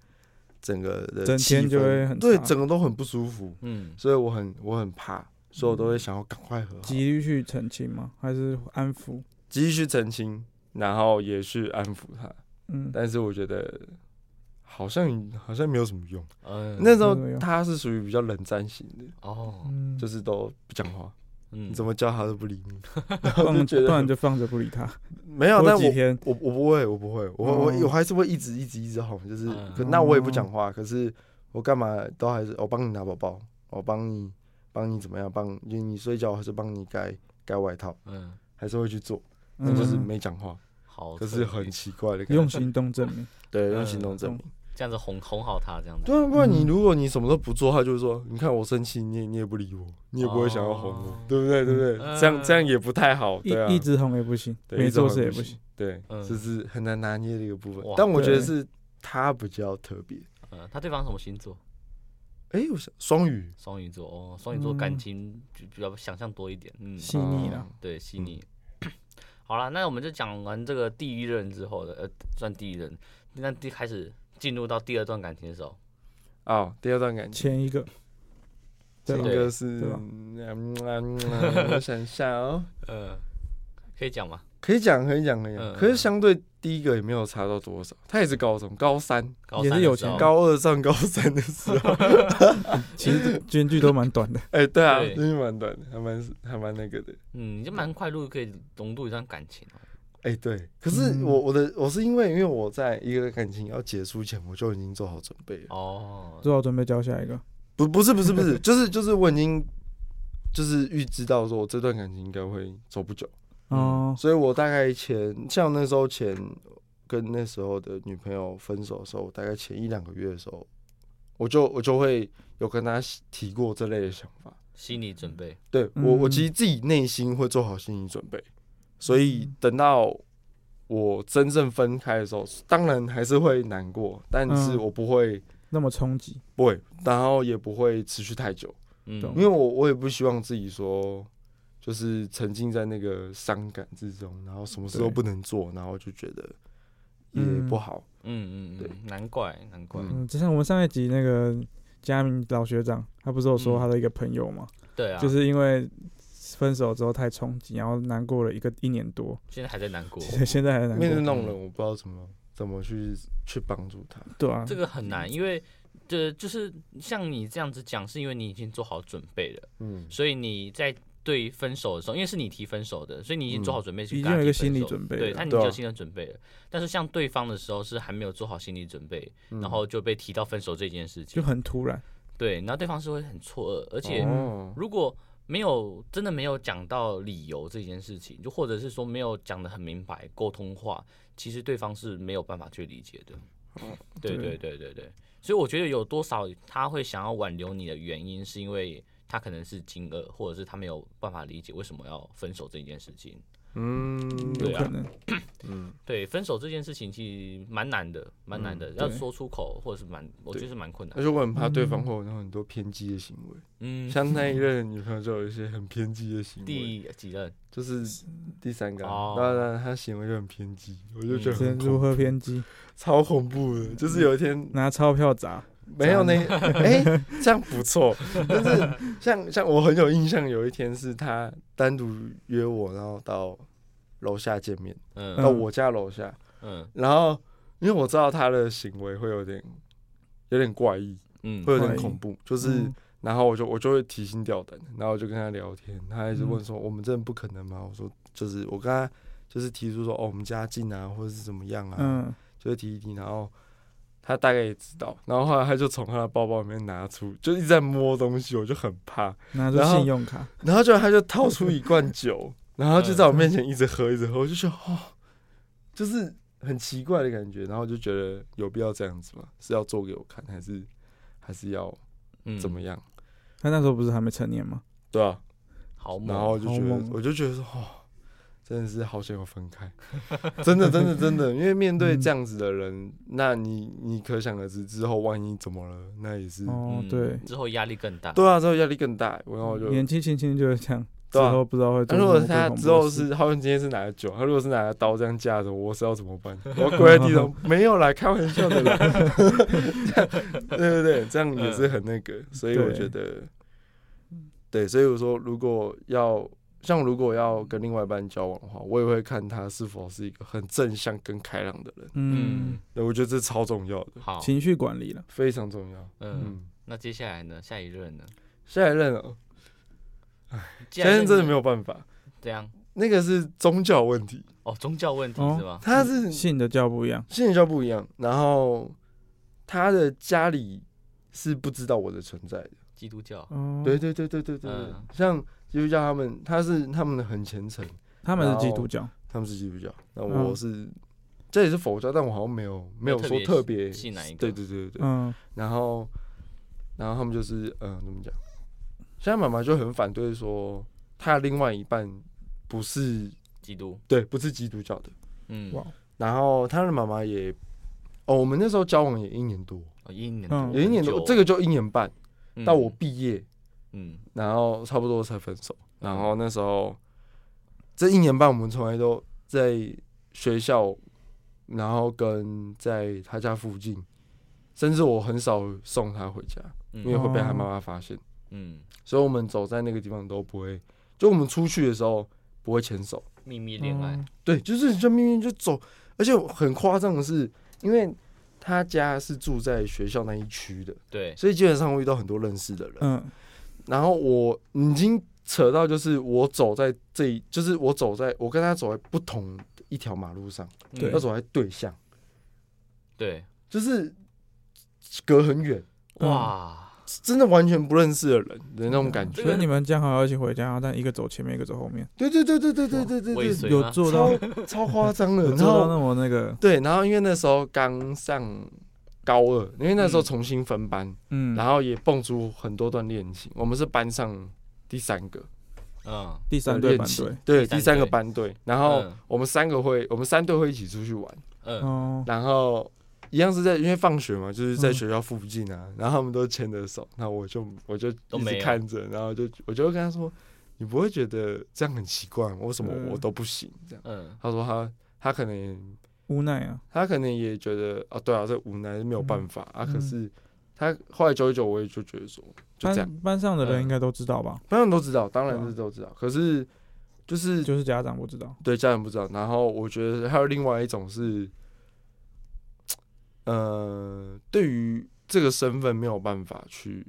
[SPEAKER 2] 整个的
[SPEAKER 4] 整
[SPEAKER 2] 气
[SPEAKER 4] 天就
[SPEAKER 2] 氛
[SPEAKER 4] 会很
[SPEAKER 2] 对，
[SPEAKER 4] 差
[SPEAKER 2] 整个都很不舒服，
[SPEAKER 1] 嗯
[SPEAKER 2] 所以我很我很怕，所以我都
[SPEAKER 4] 嗯
[SPEAKER 2] 会想要赶快和好，
[SPEAKER 4] 极力去澄清吗？还是安抚？
[SPEAKER 2] 极力去澄清，然后也去安抚他，
[SPEAKER 4] 嗯，
[SPEAKER 2] 但是我觉得好像好像没有什么用。
[SPEAKER 1] 嗯，
[SPEAKER 2] 那时候
[SPEAKER 4] 没有
[SPEAKER 2] 他是属于比较冷战型的，
[SPEAKER 1] 哦，
[SPEAKER 4] 嗯
[SPEAKER 2] 就是都不讲话，
[SPEAKER 1] 嗯
[SPEAKER 2] 你怎么叫他都 不理你，
[SPEAKER 4] 放
[SPEAKER 2] 就觉得
[SPEAKER 4] 不然就放着不理他。
[SPEAKER 2] 没有。
[SPEAKER 4] 过
[SPEAKER 2] 但
[SPEAKER 4] 几
[SPEAKER 2] 我
[SPEAKER 4] 天，
[SPEAKER 2] 我我不会，我不会，我
[SPEAKER 4] 哦
[SPEAKER 2] 我我还是会一直一直一直哄，就是
[SPEAKER 1] 嗯
[SPEAKER 2] 可那我也不讲话，可是我干嘛都还是我帮你拿包包，我帮你帮你怎么样，帮你你睡觉还是帮你盖盖外套，
[SPEAKER 1] 嗯，
[SPEAKER 2] 还是会去做，那就是
[SPEAKER 4] 嗯
[SPEAKER 2] 没讲话，
[SPEAKER 1] 好特
[SPEAKER 2] 可
[SPEAKER 1] 别，
[SPEAKER 2] 是很奇怪的感觉，
[SPEAKER 4] 用呃行动证明。
[SPEAKER 2] 对
[SPEAKER 1] 嗯
[SPEAKER 2] 用行动证明。
[SPEAKER 1] 这样子哄哄好他这样子。
[SPEAKER 2] 对啊，不然你
[SPEAKER 4] 嗯
[SPEAKER 2] 如果你什么都不做，他就会说，你看我生气，你也你也不理我，你也不会想要哄我
[SPEAKER 1] 哦，
[SPEAKER 2] 对不对？对不对？这样这样也不太好，
[SPEAKER 4] 一
[SPEAKER 2] 对啊
[SPEAKER 4] 一。直哄也不行，
[SPEAKER 2] 对
[SPEAKER 4] 没
[SPEAKER 2] 一直哄
[SPEAKER 4] 做事
[SPEAKER 2] 也
[SPEAKER 4] 也
[SPEAKER 2] 不
[SPEAKER 4] 不
[SPEAKER 2] 行
[SPEAKER 4] 行。
[SPEAKER 2] 对，
[SPEAKER 1] 嗯
[SPEAKER 2] 这是很难拿捏的一个部分
[SPEAKER 1] 哇。
[SPEAKER 2] 但我觉得
[SPEAKER 4] 对
[SPEAKER 2] 是他比较特别。
[SPEAKER 1] 嗯，他对方什么星座？
[SPEAKER 2] 哎、我想双鱼，
[SPEAKER 1] 双鱼座哦，双鱼座
[SPEAKER 4] 嗯
[SPEAKER 1] 感情就比较想象多一点。嗯，
[SPEAKER 4] 细腻啦，
[SPEAKER 1] 对，悉尼。好了，那我们就讲完这个第一任之后的，呃，算第一任，那第开始进入到第二段感情的时候，
[SPEAKER 2] 啊、哦，第二段感情，
[SPEAKER 4] 前一个，对
[SPEAKER 2] 这
[SPEAKER 4] 吧？
[SPEAKER 2] 个是，
[SPEAKER 4] 对吧
[SPEAKER 2] 嗯嗯嗯我想一下哦，
[SPEAKER 1] 呃，可以讲吗？
[SPEAKER 2] 可以讲，可以讲，可以讲。
[SPEAKER 1] 嗯
[SPEAKER 2] 可是相对第一个也没有差到多少，他也是高中，高三、
[SPEAKER 1] 高
[SPEAKER 4] 也是
[SPEAKER 1] 三的
[SPEAKER 4] 有
[SPEAKER 1] 时
[SPEAKER 4] 钱
[SPEAKER 1] 候
[SPEAKER 2] 高二上高三的时候，
[SPEAKER 4] 其 实间距都蛮短的。
[SPEAKER 2] 哎、对啊，
[SPEAKER 1] 对
[SPEAKER 2] 真的蛮短的，还蛮还蛮那个的。
[SPEAKER 1] 嗯，你就蛮快乐，可以融入一段感情哦。
[SPEAKER 2] 哎、对，可是
[SPEAKER 4] 嗯
[SPEAKER 2] 我我的我是因为因为我在一个感情要结束前，我就已经做好准备了。
[SPEAKER 1] 哦，
[SPEAKER 4] 做好准备交下一个。
[SPEAKER 2] 不，不是，不是，不是，就是就是我已经就是预知到说我这段感情应该会走不久，
[SPEAKER 4] 哦，
[SPEAKER 2] 所以我大概前像那时候前跟那时候的女朋友分手的时候，大概前一两个月的时候，我就我就会有跟她提过这类的想法。
[SPEAKER 1] 心理准备，
[SPEAKER 2] 对我，我
[SPEAKER 4] 嗯
[SPEAKER 2] 其实自己内心会做好心理准备，所以
[SPEAKER 4] 嗯
[SPEAKER 2] 等到我真正分开的时候，当然还是会难过，但是
[SPEAKER 4] 嗯
[SPEAKER 2] 我不会，
[SPEAKER 4] 那么冲击，
[SPEAKER 2] 不会，然后也不会持续太久，
[SPEAKER 1] 嗯，
[SPEAKER 4] 懂
[SPEAKER 2] 因为我我也不希望自己说，就是沉浸在那个伤感之中，然后什么事都
[SPEAKER 4] 对
[SPEAKER 2] 不能做，然后就觉得也
[SPEAKER 4] 嗯
[SPEAKER 2] 不好。
[SPEAKER 1] 嗯嗯
[SPEAKER 2] 对
[SPEAKER 1] 嗯，难怪难怪，
[SPEAKER 4] 嗯，就像我们上一集那个佳明老学长，他不是有
[SPEAKER 2] 嗯
[SPEAKER 4] 说他的一个朋友嘛，
[SPEAKER 1] 对啊，
[SPEAKER 4] 就是因为分手之后太冲击，然后难过了一个一年多，
[SPEAKER 1] 现在还在难过，
[SPEAKER 4] 其实现在还难
[SPEAKER 2] 面对
[SPEAKER 4] 过，
[SPEAKER 2] 那种人，我不知道怎么怎么去去帮助他。
[SPEAKER 4] 对啊，
[SPEAKER 1] 这个很难，因为这就是像你这样子讲，是因为你已经做好准备了，
[SPEAKER 2] 嗯，
[SPEAKER 1] 所以你在对分手的时候，因为是你提分手的，所以你已经做好准备去
[SPEAKER 4] 嗯已
[SPEAKER 1] 跟
[SPEAKER 4] 经
[SPEAKER 1] 他
[SPEAKER 4] 有一个
[SPEAKER 1] 提分
[SPEAKER 4] 心理
[SPEAKER 1] 手
[SPEAKER 4] 准备
[SPEAKER 1] 对
[SPEAKER 4] 了
[SPEAKER 1] 他已
[SPEAKER 2] 对
[SPEAKER 1] 经
[SPEAKER 2] 啊
[SPEAKER 1] 有心理准备了。但是像对方的时候是还没有做好心理准备，嗯然后就被提到分手这件事
[SPEAKER 4] 嗯就
[SPEAKER 1] 情，
[SPEAKER 4] 很突然，
[SPEAKER 1] 对，然后对方是会很错愕，而且
[SPEAKER 2] 哦，
[SPEAKER 1] 如果没有真的没有讲到理由这件事情，就或者是说没有讲的很明白沟通话，其实对方是没有办法去理解的。
[SPEAKER 2] 哦
[SPEAKER 1] 对对对
[SPEAKER 4] 对
[SPEAKER 1] 对对，所以我觉得有多少他会想要挽留你的原因，是因为他可能是惊愕，或者是他没有办法理解为什么要分手这件事情。
[SPEAKER 2] 嗯，
[SPEAKER 1] 对
[SPEAKER 4] 有
[SPEAKER 1] 啊
[SPEAKER 4] 可能，
[SPEAKER 2] 嗯，
[SPEAKER 1] 对，分手这件事情其实蛮难的，蛮难的，
[SPEAKER 4] 嗯
[SPEAKER 1] 要
[SPEAKER 4] 对
[SPEAKER 1] 说出口或者是蛮，我觉得是蛮困难
[SPEAKER 2] 而
[SPEAKER 1] 的。
[SPEAKER 2] 且我很怕对方会有那种很多偏激的行为。
[SPEAKER 1] 嗯，
[SPEAKER 2] 像那一任女朋友就有一些很偏激的行为，
[SPEAKER 1] 第几任？
[SPEAKER 2] 就是第三个啊，
[SPEAKER 1] 哦
[SPEAKER 2] 当然她行为就很偏激，我就觉得
[SPEAKER 4] 这
[SPEAKER 2] 很恐
[SPEAKER 4] 如
[SPEAKER 2] 怖
[SPEAKER 4] 何偏激，
[SPEAKER 2] 超恐怖的。就是有一天
[SPEAKER 4] 拿钞票砸，
[SPEAKER 2] 没有那，哎，这样不错，但是像像我很有印象，有一天是她单独约我，然后到楼下见面，到
[SPEAKER 1] 嗯
[SPEAKER 2] 我家楼下，
[SPEAKER 1] 嗯
[SPEAKER 2] 然后因为我知道她的行为会有点有点怪异，
[SPEAKER 1] 嗯
[SPEAKER 2] 会有点
[SPEAKER 4] 怪异
[SPEAKER 2] 恐怖，就是。
[SPEAKER 4] 嗯
[SPEAKER 2] 然后我就我就会提心吊胆，然后我就跟他聊天，他一直问说、我们真的不可能吗？我说就是我跟他就是提出说哦我们家近啊，或者是怎么样啊，
[SPEAKER 4] 嗯，
[SPEAKER 2] 就是提一提，然后他大概也知道，然后后来他就从他的包包里面拿出，就一直在摸东西，我就很怕，
[SPEAKER 4] 拿出
[SPEAKER 2] 然后
[SPEAKER 4] 信用卡，
[SPEAKER 2] 然后就他就掏出一罐酒，然后就在我面前一直喝一直喝，我就觉得哦，就是很奇怪的感觉，然后我就觉得有必要这样子吗？是要做给我看，还是还是要
[SPEAKER 1] 嗯，
[SPEAKER 2] 怎么样？
[SPEAKER 4] 他那时候不是还没成年吗？
[SPEAKER 2] 对啊。
[SPEAKER 1] 好猛？
[SPEAKER 2] 然后就
[SPEAKER 4] 好
[SPEAKER 2] 觉得
[SPEAKER 4] 猛，
[SPEAKER 2] 我就觉得说，哦，真的是好想有分开， 真的，真的，真的，因为面
[SPEAKER 4] 嗯
[SPEAKER 2] 对这样子的人，那你你可想而知，之后万一怎么了，那也是，
[SPEAKER 4] 哦
[SPEAKER 1] 嗯，
[SPEAKER 4] 对，
[SPEAKER 1] 之后压力更大。
[SPEAKER 2] 对啊，之后压力更大。然后我就，
[SPEAKER 4] 年纪轻轻就是这样，之
[SPEAKER 2] 对啊
[SPEAKER 4] 后不知道会做
[SPEAKER 2] 那
[SPEAKER 4] 什
[SPEAKER 2] 如
[SPEAKER 4] 么
[SPEAKER 2] 果
[SPEAKER 4] 更
[SPEAKER 2] 他
[SPEAKER 4] 恐怖
[SPEAKER 2] 之
[SPEAKER 4] 的
[SPEAKER 2] 后
[SPEAKER 4] 事
[SPEAKER 2] 是，他们今天是拿着酒，他如果是拿着刀这样架着我，我是要怎么办？ 我要跪在地上，没有啦，开玩笑的 啦，这样对对对，这样也是很那个，所以我觉得，对，所以我说，如果要像如果要跟另外一半交往的话，我也会看他是否是一个很正向跟开朗的人，
[SPEAKER 4] 嗯
[SPEAKER 1] 嗯，，
[SPEAKER 2] 对我觉得这超重要的，
[SPEAKER 1] 好，
[SPEAKER 4] 情绪管理了，
[SPEAKER 2] 非常重要。
[SPEAKER 1] 嗯，
[SPEAKER 2] 嗯，
[SPEAKER 1] 那接下来呢？下一任呢？
[SPEAKER 2] 下一任哦，
[SPEAKER 1] 既
[SPEAKER 2] 现
[SPEAKER 1] 然
[SPEAKER 2] 在
[SPEAKER 1] 是
[SPEAKER 2] 真的
[SPEAKER 1] 你
[SPEAKER 2] 没有办法，
[SPEAKER 1] 这样
[SPEAKER 2] 那个是宗教问题，
[SPEAKER 1] 哦，宗教问题
[SPEAKER 4] 哦
[SPEAKER 1] 是吧？
[SPEAKER 2] 他是
[SPEAKER 4] 信的教不一样，
[SPEAKER 2] 心理教不一样。然后他的家里是不知道我的存在的。
[SPEAKER 1] 基督教，
[SPEAKER 4] 哦，
[SPEAKER 2] 对，对对对对对，对
[SPEAKER 1] 嗯
[SPEAKER 2] 像基督教他们，他是他们的很虔诚，
[SPEAKER 4] 他们是基
[SPEAKER 2] 然后
[SPEAKER 4] 督教，
[SPEAKER 2] 他们是基督教。那
[SPEAKER 4] 嗯
[SPEAKER 2] 我是、这也是佛教，但我好像没有没有说特别。
[SPEAKER 1] 信哪一个？
[SPEAKER 2] 对对对对对。
[SPEAKER 4] 嗯，
[SPEAKER 2] 然后然后他们就是嗯、呃怎么讲？现在妈妈就很反对说，她的另外一半不是
[SPEAKER 1] 基督，
[SPEAKER 2] 对不是基督教的。
[SPEAKER 1] 嗯，
[SPEAKER 4] 哇
[SPEAKER 2] 然后她的妈妈也哦，我们那时候交往也一年多。
[SPEAKER 1] 哦一年
[SPEAKER 4] 嗯
[SPEAKER 1] 多，
[SPEAKER 2] 有一年多，这个就一年半，
[SPEAKER 1] 个
[SPEAKER 2] 到我，毕业，
[SPEAKER 1] 嗯
[SPEAKER 2] 然后差不多才分手。然后那时候这一年半，我们从来都在学校，然后跟在他家附近，甚至我很少送他回家，因为
[SPEAKER 1] 嗯
[SPEAKER 2] 会被他妈妈发现。
[SPEAKER 1] 嗯，
[SPEAKER 2] 所以我们走在那个地方都不会，就我们出去的时候不会牵手，
[SPEAKER 1] 秘密恋爱，
[SPEAKER 2] 对，就是就明明就走，而且很夸张的是，因为他家是住在学校那一区的，
[SPEAKER 1] 对，
[SPEAKER 2] 所以基本上会遇到很多认识的人。
[SPEAKER 4] 嗯，
[SPEAKER 2] 然后我已经扯到，就是我走在这一，就是我走在我跟他走在不同一条马路上，
[SPEAKER 1] 嗯
[SPEAKER 4] 对
[SPEAKER 2] 要走在对向，
[SPEAKER 1] 对，
[SPEAKER 2] 就是隔很远。
[SPEAKER 4] 嗯
[SPEAKER 1] 哇，
[SPEAKER 2] 真的完全不认识的人的那种感觉。
[SPEAKER 1] 这
[SPEAKER 4] 所以
[SPEAKER 1] 个
[SPEAKER 4] 你们这样好好一起回家，然后但一个走前面，一个走后面，
[SPEAKER 2] 对对对对对对对对
[SPEAKER 1] 尾
[SPEAKER 2] 对，
[SPEAKER 1] 随
[SPEAKER 4] 有
[SPEAKER 1] 吗
[SPEAKER 4] 做到
[SPEAKER 2] 超超夸张的。
[SPEAKER 4] 有
[SPEAKER 2] 然
[SPEAKER 4] 做到
[SPEAKER 2] 后
[SPEAKER 4] 那么那个，
[SPEAKER 2] 对，然后因为那时候刚上高二，因为那时候重新分班，
[SPEAKER 4] 嗯，
[SPEAKER 2] 然后也蹦出很多段恋情。我们是班上第三个
[SPEAKER 1] 嗯，
[SPEAKER 4] 第三
[SPEAKER 2] 的
[SPEAKER 4] 队
[SPEAKER 2] 恋
[SPEAKER 4] 班
[SPEAKER 2] 情
[SPEAKER 4] 队，，
[SPEAKER 2] 对，
[SPEAKER 1] 第三
[SPEAKER 2] 第三个
[SPEAKER 1] 队
[SPEAKER 2] 班队。然后
[SPEAKER 1] 嗯
[SPEAKER 2] 我们三个会，我们三队会一起出去玩。
[SPEAKER 1] 嗯，
[SPEAKER 4] 哦，
[SPEAKER 2] 然后一样是在因为放学嘛，就是在
[SPEAKER 4] 嗯
[SPEAKER 2] 学校附近啊，然后他们都牵着手，那我就我就
[SPEAKER 1] 都
[SPEAKER 2] 一
[SPEAKER 1] 没
[SPEAKER 2] 直
[SPEAKER 1] 有
[SPEAKER 2] 看着，然后就我就会跟他说，你不会觉得这样很奇怪吗？为什么
[SPEAKER 4] 嗯
[SPEAKER 2] 我都不行？这样，
[SPEAKER 1] 嗯，
[SPEAKER 2] 他说他他可能
[SPEAKER 4] 无奈啊，
[SPEAKER 2] 他可能也觉得哦，对啊，这无奈是没有办法、啊，
[SPEAKER 4] 嗯
[SPEAKER 2] 可是他后来久一久，我也就觉得说就这样，
[SPEAKER 4] 班班上的
[SPEAKER 1] 嗯
[SPEAKER 4] 人应该都知道吧？
[SPEAKER 2] 班上都知道，当然
[SPEAKER 4] 对啊
[SPEAKER 2] 是都知道，可是就是
[SPEAKER 4] 就是家长不知道，
[SPEAKER 2] 对家人不知道。然后我觉得还有另外一种是，呃，对于这个身份没有办法去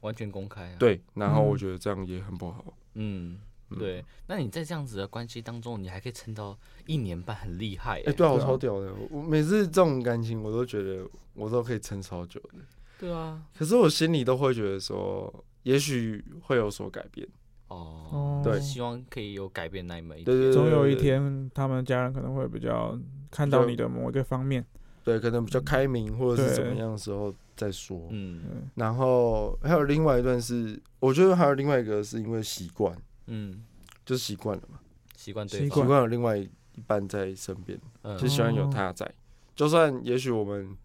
[SPEAKER 1] 完全公开啊。，
[SPEAKER 2] 对，然后
[SPEAKER 4] 嗯
[SPEAKER 2] 我觉得这样也很不好。
[SPEAKER 1] 嗯，
[SPEAKER 2] 嗯，
[SPEAKER 1] 对。那你在这样子的关系当中，你还可以撑到一年半，很厉害欸。
[SPEAKER 2] 哎、对啊，我
[SPEAKER 4] 对啊
[SPEAKER 2] 超屌的。我我每次这种感情，我都觉得我都可以撑超久的。
[SPEAKER 1] 对啊，
[SPEAKER 2] 可是我心里都会觉得说，也许会有所改变。
[SPEAKER 1] 哦，
[SPEAKER 4] 对
[SPEAKER 1] 希望可以有改变那一门。
[SPEAKER 2] 对对对，
[SPEAKER 4] 总有
[SPEAKER 2] 对
[SPEAKER 4] 一，天他们家人可能会比较看到
[SPEAKER 2] 就
[SPEAKER 4] 你的某一个方面，
[SPEAKER 2] 对，可能比较开明或者是怎么
[SPEAKER 4] 嗯对
[SPEAKER 2] 样的时候再说。
[SPEAKER 1] 嗯
[SPEAKER 4] 嗯，
[SPEAKER 2] 然后还有另外一段是，我觉得还有另外一个是因为习惯，
[SPEAKER 1] 嗯，
[SPEAKER 2] 就习惯了嘛。
[SPEAKER 1] 习惯
[SPEAKER 4] 习
[SPEAKER 1] 对
[SPEAKER 2] 习
[SPEAKER 1] 方
[SPEAKER 4] 惯，
[SPEAKER 2] 惯有另外一半在身边，
[SPEAKER 1] 嗯
[SPEAKER 2] 就喜欢有他在。就算也许我们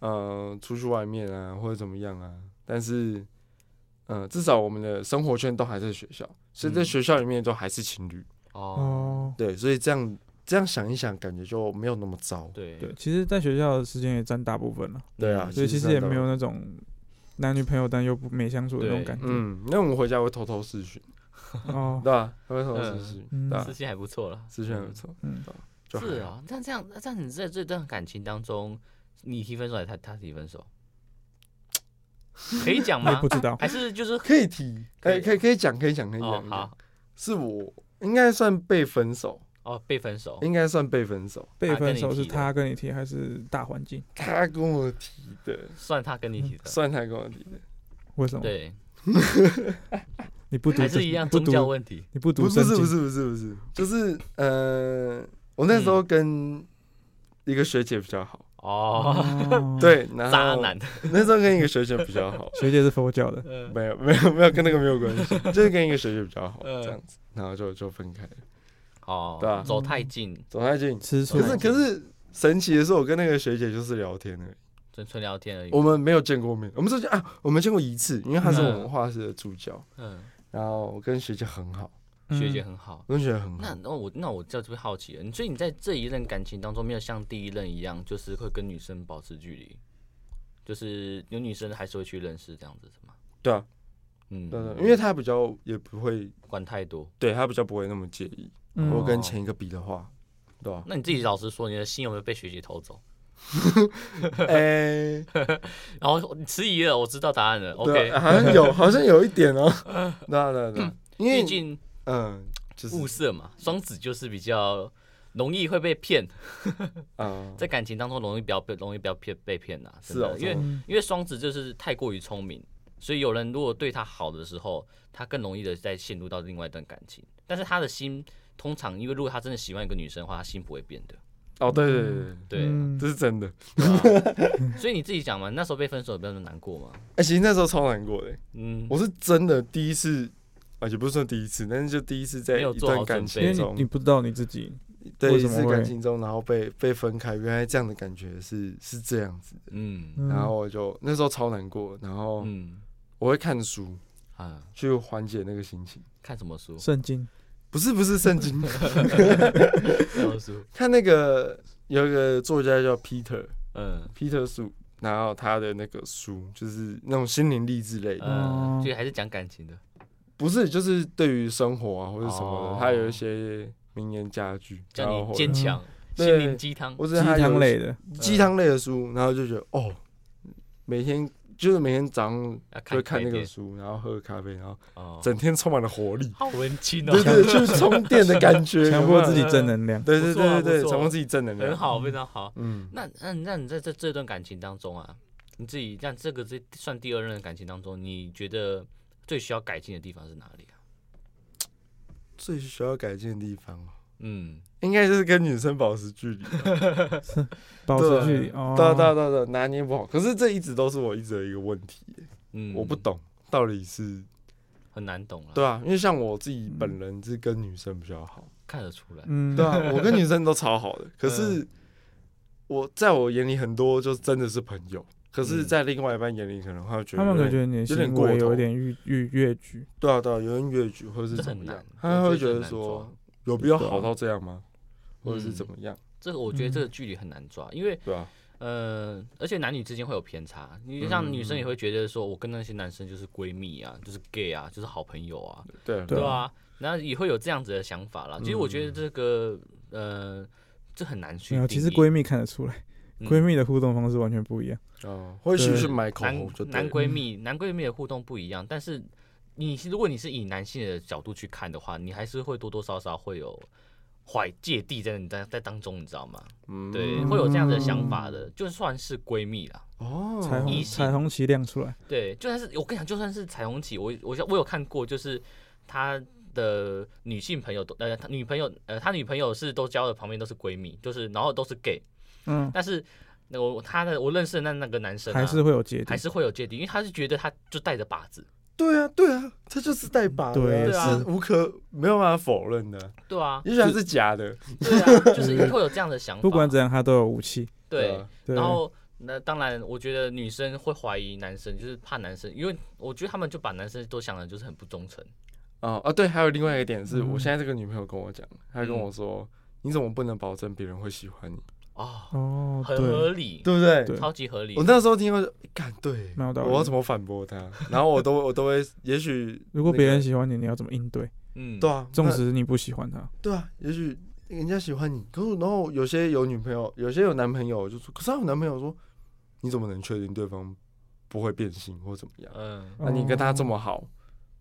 [SPEAKER 2] 呃出去外面啊，或者怎么样啊，但是嗯、呃至少我们的生活圈都还在学校，所以在
[SPEAKER 1] 嗯
[SPEAKER 2] 学校里面都还是情侣。
[SPEAKER 1] 哦，
[SPEAKER 4] 哦，
[SPEAKER 2] 对，所以这样这样想一想，感觉就没有那么糟。
[SPEAKER 1] 对
[SPEAKER 4] 对，其实，在学校的时间也占大部分了，
[SPEAKER 2] 对啊
[SPEAKER 1] 嗯
[SPEAKER 2] 是
[SPEAKER 4] 所以其实也
[SPEAKER 2] 占大
[SPEAKER 4] 没
[SPEAKER 2] 部
[SPEAKER 4] 有那种男女朋友但又不没相处的那种
[SPEAKER 1] 对
[SPEAKER 4] 感 觉，
[SPEAKER 2] 嗯，那我们回家会偷偷试训，
[SPEAKER 4] 哦，
[SPEAKER 2] 对吧、会偷偷试训，
[SPEAKER 4] 嗯
[SPEAKER 2] 对、啊
[SPEAKER 1] 私，信还不错了，
[SPEAKER 2] 试训还不错，
[SPEAKER 4] 嗯
[SPEAKER 2] 对啊，就是还好，
[SPEAKER 1] 啊，那这样，那这样你在这段感情当中，你提分手还是他他提分手，可以讲
[SPEAKER 4] 我也
[SPEAKER 1] 吗
[SPEAKER 4] 不？知道，
[SPEAKER 1] 还是就是
[SPEAKER 2] 可以提，可以可
[SPEAKER 1] 可
[SPEAKER 2] 以可以讲，可以讲，可以
[SPEAKER 1] 哦
[SPEAKER 2] 讲，可以讲
[SPEAKER 1] 好
[SPEAKER 2] 是我应该算被分手，
[SPEAKER 1] 哦被分手，
[SPEAKER 2] 应该算被分手。
[SPEAKER 4] 被
[SPEAKER 1] 他跟
[SPEAKER 4] 分
[SPEAKER 1] 你
[SPEAKER 4] 手是
[SPEAKER 1] 提的
[SPEAKER 4] 他跟你提还是大环境？
[SPEAKER 2] 他跟我提的，
[SPEAKER 1] 算他跟你提的，
[SPEAKER 2] 嗯算他跟我提的，
[SPEAKER 4] 为什么？
[SPEAKER 1] 对，
[SPEAKER 4] 你不读
[SPEAKER 1] 还是一样
[SPEAKER 4] 不
[SPEAKER 1] 宗
[SPEAKER 4] 读
[SPEAKER 1] 教问题，
[SPEAKER 4] 你不
[SPEAKER 2] 不
[SPEAKER 4] 读
[SPEAKER 2] 是
[SPEAKER 4] 圣经，
[SPEAKER 2] 不是不是不是不是，就是呃，我那时候跟一个学姐比较好，
[SPEAKER 1] 哦，
[SPEAKER 4] 哦，
[SPEAKER 2] 嗯对，啊然后
[SPEAKER 1] 渣男，
[SPEAKER 2] 那时候跟一个学姐比较 好
[SPEAKER 4] 学姐是佛教的，
[SPEAKER 1] 嗯
[SPEAKER 2] 没有没有没有跟那个没有关 系，就是跟一个学姐比较好
[SPEAKER 1] 嗯
[SPEAKER 2] 这样子，然后就就分开了，对
[SPEAKER 1] 哦
[SPEAKER 2] 啊，
[SPEAKER 1] 走太近，
[SPEAKER 2] 走太近。
[SPEAKER 4] 吃素
[SPEAKER 2] 可。是可是神奇的是，我跟那个学姐就是聊天而已，
[SPEAKER 1] 纯纯聊天而已，
[SPEAKER 2] 我们没有见过面，我们之前啊我们见过一次，因为她是我们
[SPEAKER 1] 嗯
[SPEAKER 2] 画室的助教，
[SPEAKER 1] 嗯，
[SPEAKER 2] 然后我跟学姐很好，
[SPEAKER 1] 学姐
[SPEAKER 4] 嗯
[SPEAKER 1] 很好。
[SPEAKER 2] 我跟学姐很好
[SPEAKER 1] 那。那我那我就特别好奇了，你所以你在这一任感情当中，没有像第一任一样，就是会跟女生保持距离，就是有女生还是会去认识这样子，是吗？
[SPEAKER 2] 对啊，
[SPEAKER 1] 嗯，
[SPEAKER 2] 对对，因为他比较也不会，
[SPEAKER 1] 管太多。
[SPEAKER 2] 对他比较不会那么介意。
[SPEAKER 4] 嗯
[SPEAKER 2] 如果
[SPEAKER 1] 我
[SPEAKER 2] 跟前一个比的话，对吧、
[SPEAKER 1] 那你自己老实说，你的心有没有被学姐偷走？
[SPEAKER 2] 哎、
[SPEAKER 1] 然后你迟疑了，我知道答案了。OK，
[SPEAKER 2] 对啊，好像有，好像有一 点哦、对啊对啊对啊，因
[SPEAKER 1] 毕
[SPEAKER 2] 为
[SPEAKER 1] 竟
[SPEAKER 2] 嗯，就是
[SPEAKER 1] 物色嘛，双子就是比较容易会被骗，
[SPEAKER 2] 啊，
[SPEAKER 1] 在感情当中容易比较被容易比较骗被骗呐、真
[SPEAKER 2] 是哦
[SPEAKER 1] 的，因为
[SPEAKER 2] 真
[SPEAKER 4] 嗯
[SPEAKER 1] 因为双子就是太过于聪明，所以有人如果对他好的时候，他更容易的再陷入到另外一段感情。但是他的心通常，因为如果他真的喜欢一个女生的话，他心不会变的。
[SPEAKER 2] 哦，对对对对，
[SPEAKER 1] 对，
[SPEAKER 4] 嗯
[SPEAKER 2] 这是真的。
[SPEAKER 1] 对啊所以你自己讲嘛，那时候被分手不要那么难过嘛。
[SPEAKER 2] 哎、其实那时候超难过的、
[SPEAKER 1] 嗯，
[SPEAKER 2] 我是真的第一次。啊，也不是说第一次，但是就第一次在
[SPEAKER 1] 没有
[SPEAKER 2] 一
[SPEAKER 1] 做好
[SPEAKER 2] 段感
[SPEAKER 4] 因为
[SPEAKER 1] 准
[SPEAKER 2] 情
[SPEAKER 4] 你
[SPEAKER 2] 中
[SPEAKER 4] 你，不知道你自己，
[SPEAKER 2] 对
[SPEAKER 4] 为
[SPEAKER 2] 一
[SPEAKER 4] 什么
[SPEAKER 2] 次
[SPEAKER 4] 会
[SPEAKER 2] 感情中，然后被被分开，原来这样的感觉是是这样子的，
[SPEAKER 1] 嗯
[SPEAKER 4] 嗯
[SPEAKER 2] 然后我就那时候超难过，然后
[SPEAKER 1] 嗯
[SPEAKER 2] 我会看书
[SPEAKER 1] 啊，
[SPEAKER 2] 去缓解那个心情，
[SPEAKER 1] 看什么书？
[SPEAKER 4] 圣经
[SPEAKER 2] 不是不是圣 经，
[SPEAKER 1] 什么书？
[SPEAKER 2] 看那个有一个作家叫 Peter
[SPEAKER 1] 嗯
[SPEAKER 2] Peter 树，然后他的那个书就是那种心灵励志类的，
[SPEAKER 1] 嗯，
[SPEAKER 4] 哦
[SPEAKER 1] 所以还是讲感情的。
[SPEAKER 2] 不是就是对于生活啊或者什么
[SPEAKER 1] 哦
[SPEAKER 2] 的，他有一些名言佳句，
[SPEAKER 1] 叫
[SPEAKER 2] 然后
[SPEAKER 1] 你坚强，
[SPEAKER 2] 对
[SPEAKER 1] 心灵鸡汤。
[SPEAKER 2] 或
[SPEAKER 4] 鸡
[SPEAKER 2] 者他
[SPEAKER 4] 汤
[SPEAKER 2] 有
[SPEAKER 4] 类的，
[SPEAKER 2] 鸡汤类的书，然后就觉得哦，每天就是每天早上
[SPEAKER 1] 要
[SPEAKER 2] 就会看
[SPEAKER 1] 开
[SPEAKER 2] 那个
[SPEAKER 1] 店
[SPEAKER 2] 书，然后喝咖啡，然后
[SPEAKER 1] 哦，
[SPEAKER 2] 整天充满了活力，
[SPEAKER 1] 好文青哦
[SPEAKER 2] 对，对，就是充电的感觉，
[SPEAKER 4] 强
[SPEAKER 2] 有没有
[SPEAKER 4] 迫自己正能量。
[SPEAKER 2] 对对
[SPEAKER 1] 不错啊
[SPEAKER 2] 对对
[SPEAKER 1] 不
[SPEAKER 2] 对，
[SPEAKER 1] 错
[SPEAKER 2] 强迫自己正能量，
[SPEAKER 1] 很好，非常好。
[SPEAKER 2] 嗯，
[SPEAKER 1] 那那那你在这这段感情当中啊，你自己像这个这算第二任的感情当中，你觉得最需要改进的地方是哪里啊？
[SPEAKER 2] 最需要改进的地方哦，
[SPEAKER 1] 嗯，
[SPEAKER 2] 应该就是跟女生保持距离吧。
[SPEAKER 4] 保持距离。哦，
[SPEAKER 2] 对啊对啊对啊对啊，拿捏不好。可是这一直都是我一直的一个问题耶，
[SPEAKER 1] 嗯
[SPEAKER 2] 我不，懂到底是
[SPEAKER 1] 很难懂了，
[SPEAKER 2] 对啊，因为像我自己本人是跟女生比较好，
[SPEAKER 1] 看得出来，
[SPEAKER 4] 嗯，
[SPEAKER 2] 对啊，我跟女生都超好的。可是我在我眼里很多就真的是朋友，可是，
[SPEAKER 1] 嗯
[SPEAKER 2] 在另外一半眼里可能会觉得
[SPEAKER 4] 他们可能觉
[SPEAKER 2] 有点
[SPEAKER 4] 得你的
[SPEAKER 2] 有点
[SPEAKER 4] 行
[SPEAKER 2] 过
[SPEAKER 4] 为有
[SPEAKER 2] 头
[SPEAKER 4] 一点越越越矩，
[SPEAKER 2] 对啊对啊，有人越矩或者是
[SPEAKER 1] 这很
[SPEAKER 2] 怎么样
[SPEAKER 1] 难，，
[SPEAKER 2] 他会
[SPEAKER 1] 这
[SPEAKER 2] 觉
[SPEAKER 1] 这
[SPEAKER 2] 得
[SPEAKER 1] 很难
[SPEAKER 2] 说
[SPEAKER 1] 抓
[SPEAKER 2] 有必要
[SPEAKER 4] 啊
[SPEAKER 2] 好到这样吗？或者是
[SPEAKER 1] 嗯
[SPEAKER 2] 怎么样？
[SPEAKER 1] 这个，我觉得
[SPEAKER 4] 嗯
[SPEAKER 1] 这个距离很难抓，因为
[SPEAKER 2] 对啊，
[SPEAKER 1] 呃，而且男女之间会有偏差，你像女生也
[SPEAKER 2] 嗯
[SPEAKER 1] 会觉得说，我跟那些男生就是闺蜜啊，就是 gay 啊，就是好朋友啊，
[SPEAKER 2] 对啊
[SPEAKER 4] 对
[SPEAKER 1] 对啊，然后也会有这样子的想法啦。其实我觉得这个呃，这很难去定
[SPEAKER 4] 没有，
[SPEAKER 1] 义。
[SPEAKER 4] 嗯其实闺蜜看得出来，
[SPEAKER 1] 嗯
[SPEAKER 4] 闺蜜的互动方式完全不一样。
[SPEAKER 2] 哦，或许
[SPEAKER 4] 对嗯
[SPEAKER 2] 是买口
[SPEAKER 1] 男
[SPEAKER 2] 红就对
[SPEAKER 1] 男
[SPEAKER 2] 了。
[SPEAKER 1] 闺蜜男闺蜜的互动不一样，但是你是如果你是以男性的角度去看的话，你还是会多多少少会有怀芥蒂在你在在当中，你知道吗？
[SPEAKER 2] 嗯
[SPEAKER 1] 对，会有这样的想法的，就算是闺蜜啦。
[SPEAKER 2] 哦，
[SPEAKER 4] 彩
[SPEAKER 1] 嗯
[SPEAKER 4] 虹
[SPEAKER 1] 异性
[SPEAKER 4] 彩虹旗亮出来，
[SPEAKER 1] 对，就算是我跟你讲，就算是彩虹旗，我我我有看过，就是他的女性朋友都呃，他女朋友呃，他女朋友是都交的，旁边都是闺蜜，就是然后都是 gay，
[SPEAKER 4] 嗯，
[SPEAKER 1] 但是那个我他的我认识的那那个男生、啊、
[SPEAKER 4] 还是会有芥蒂
[SPEAKER 1] 还，是会有芥蒂，因为他是觉得他就带着靶子，
[SPEAKER 2] 对啊，对啊，他就是带把的
[SPEAKER 4] 对
[SPEAKER 1] 啊
[SPEAKER 2] 是无可没有办法否认的，
[SPEAKER 1] 对啊，
[SPEAKER 2] 也许他是假的，
[SPEAKER 1] 对啊，就是会有这样的想法，
[SPEAKER 4] 不管怎样，她都有武器。
[SPEAKER 1] 对，
[SPEAKER 2] 啊，
[SPEAKER 4] 对，
[SPEAKER 1] 然后那当然，我觉得女生会怀疑男生，就是怕男生，因为我觉得他们就把男生都想的就是很不忠诚，
[SPEAKER 2] 哦啊，对，还有另外一个点是，
[SPEAKER 4] 嗯
[SPEAKER 2] 我现在这个女朋友跟我讲，她跟
[SPEAKER 1] 嗯
[SPEAKER 2] 我说，你怎么不能保证别人会喜欢你，
[SPEAKER 1] 哦，
[SPEAKER 4] 哦，
[SPEAKER 1] 很合
[SPEAKER 4] 对，
[SPEAKER 1] 理，
[SPEAKER 2] 对不对？
[SPEAKER 4] 对嗯
[SPEAKER 1] 超级合理
[SPEAKER 2] 我，那时候听到，干对，
[SPEAKER 4] 蛮有道理
[SPEAKER 2] 我要怎么反驳她？然后我都我都会，也许
[SPEAKER 4] 如果
[SPEAKER 2] 那个
[SPEAKER 4] 别人喜欢你，你要怎么应对？
[SPEAKER 1] 嗯，
[SPEAKER 2] 对啊，
[SPEAKER 4] 纵
[SPEAKER 2] 那
[SPEAKER 4] 使你不喜欢他，
[SPEAKER 2] 对啊，也许人家喜欢你，可是然后有些有女朋友，有些有男朋友，就说，可是她有男朋友说，你怎么能确定对方不会变心或怎么样？
[SPEAKER 1] 嗯，
[SPEAKER 2] 那、你跟他这么好，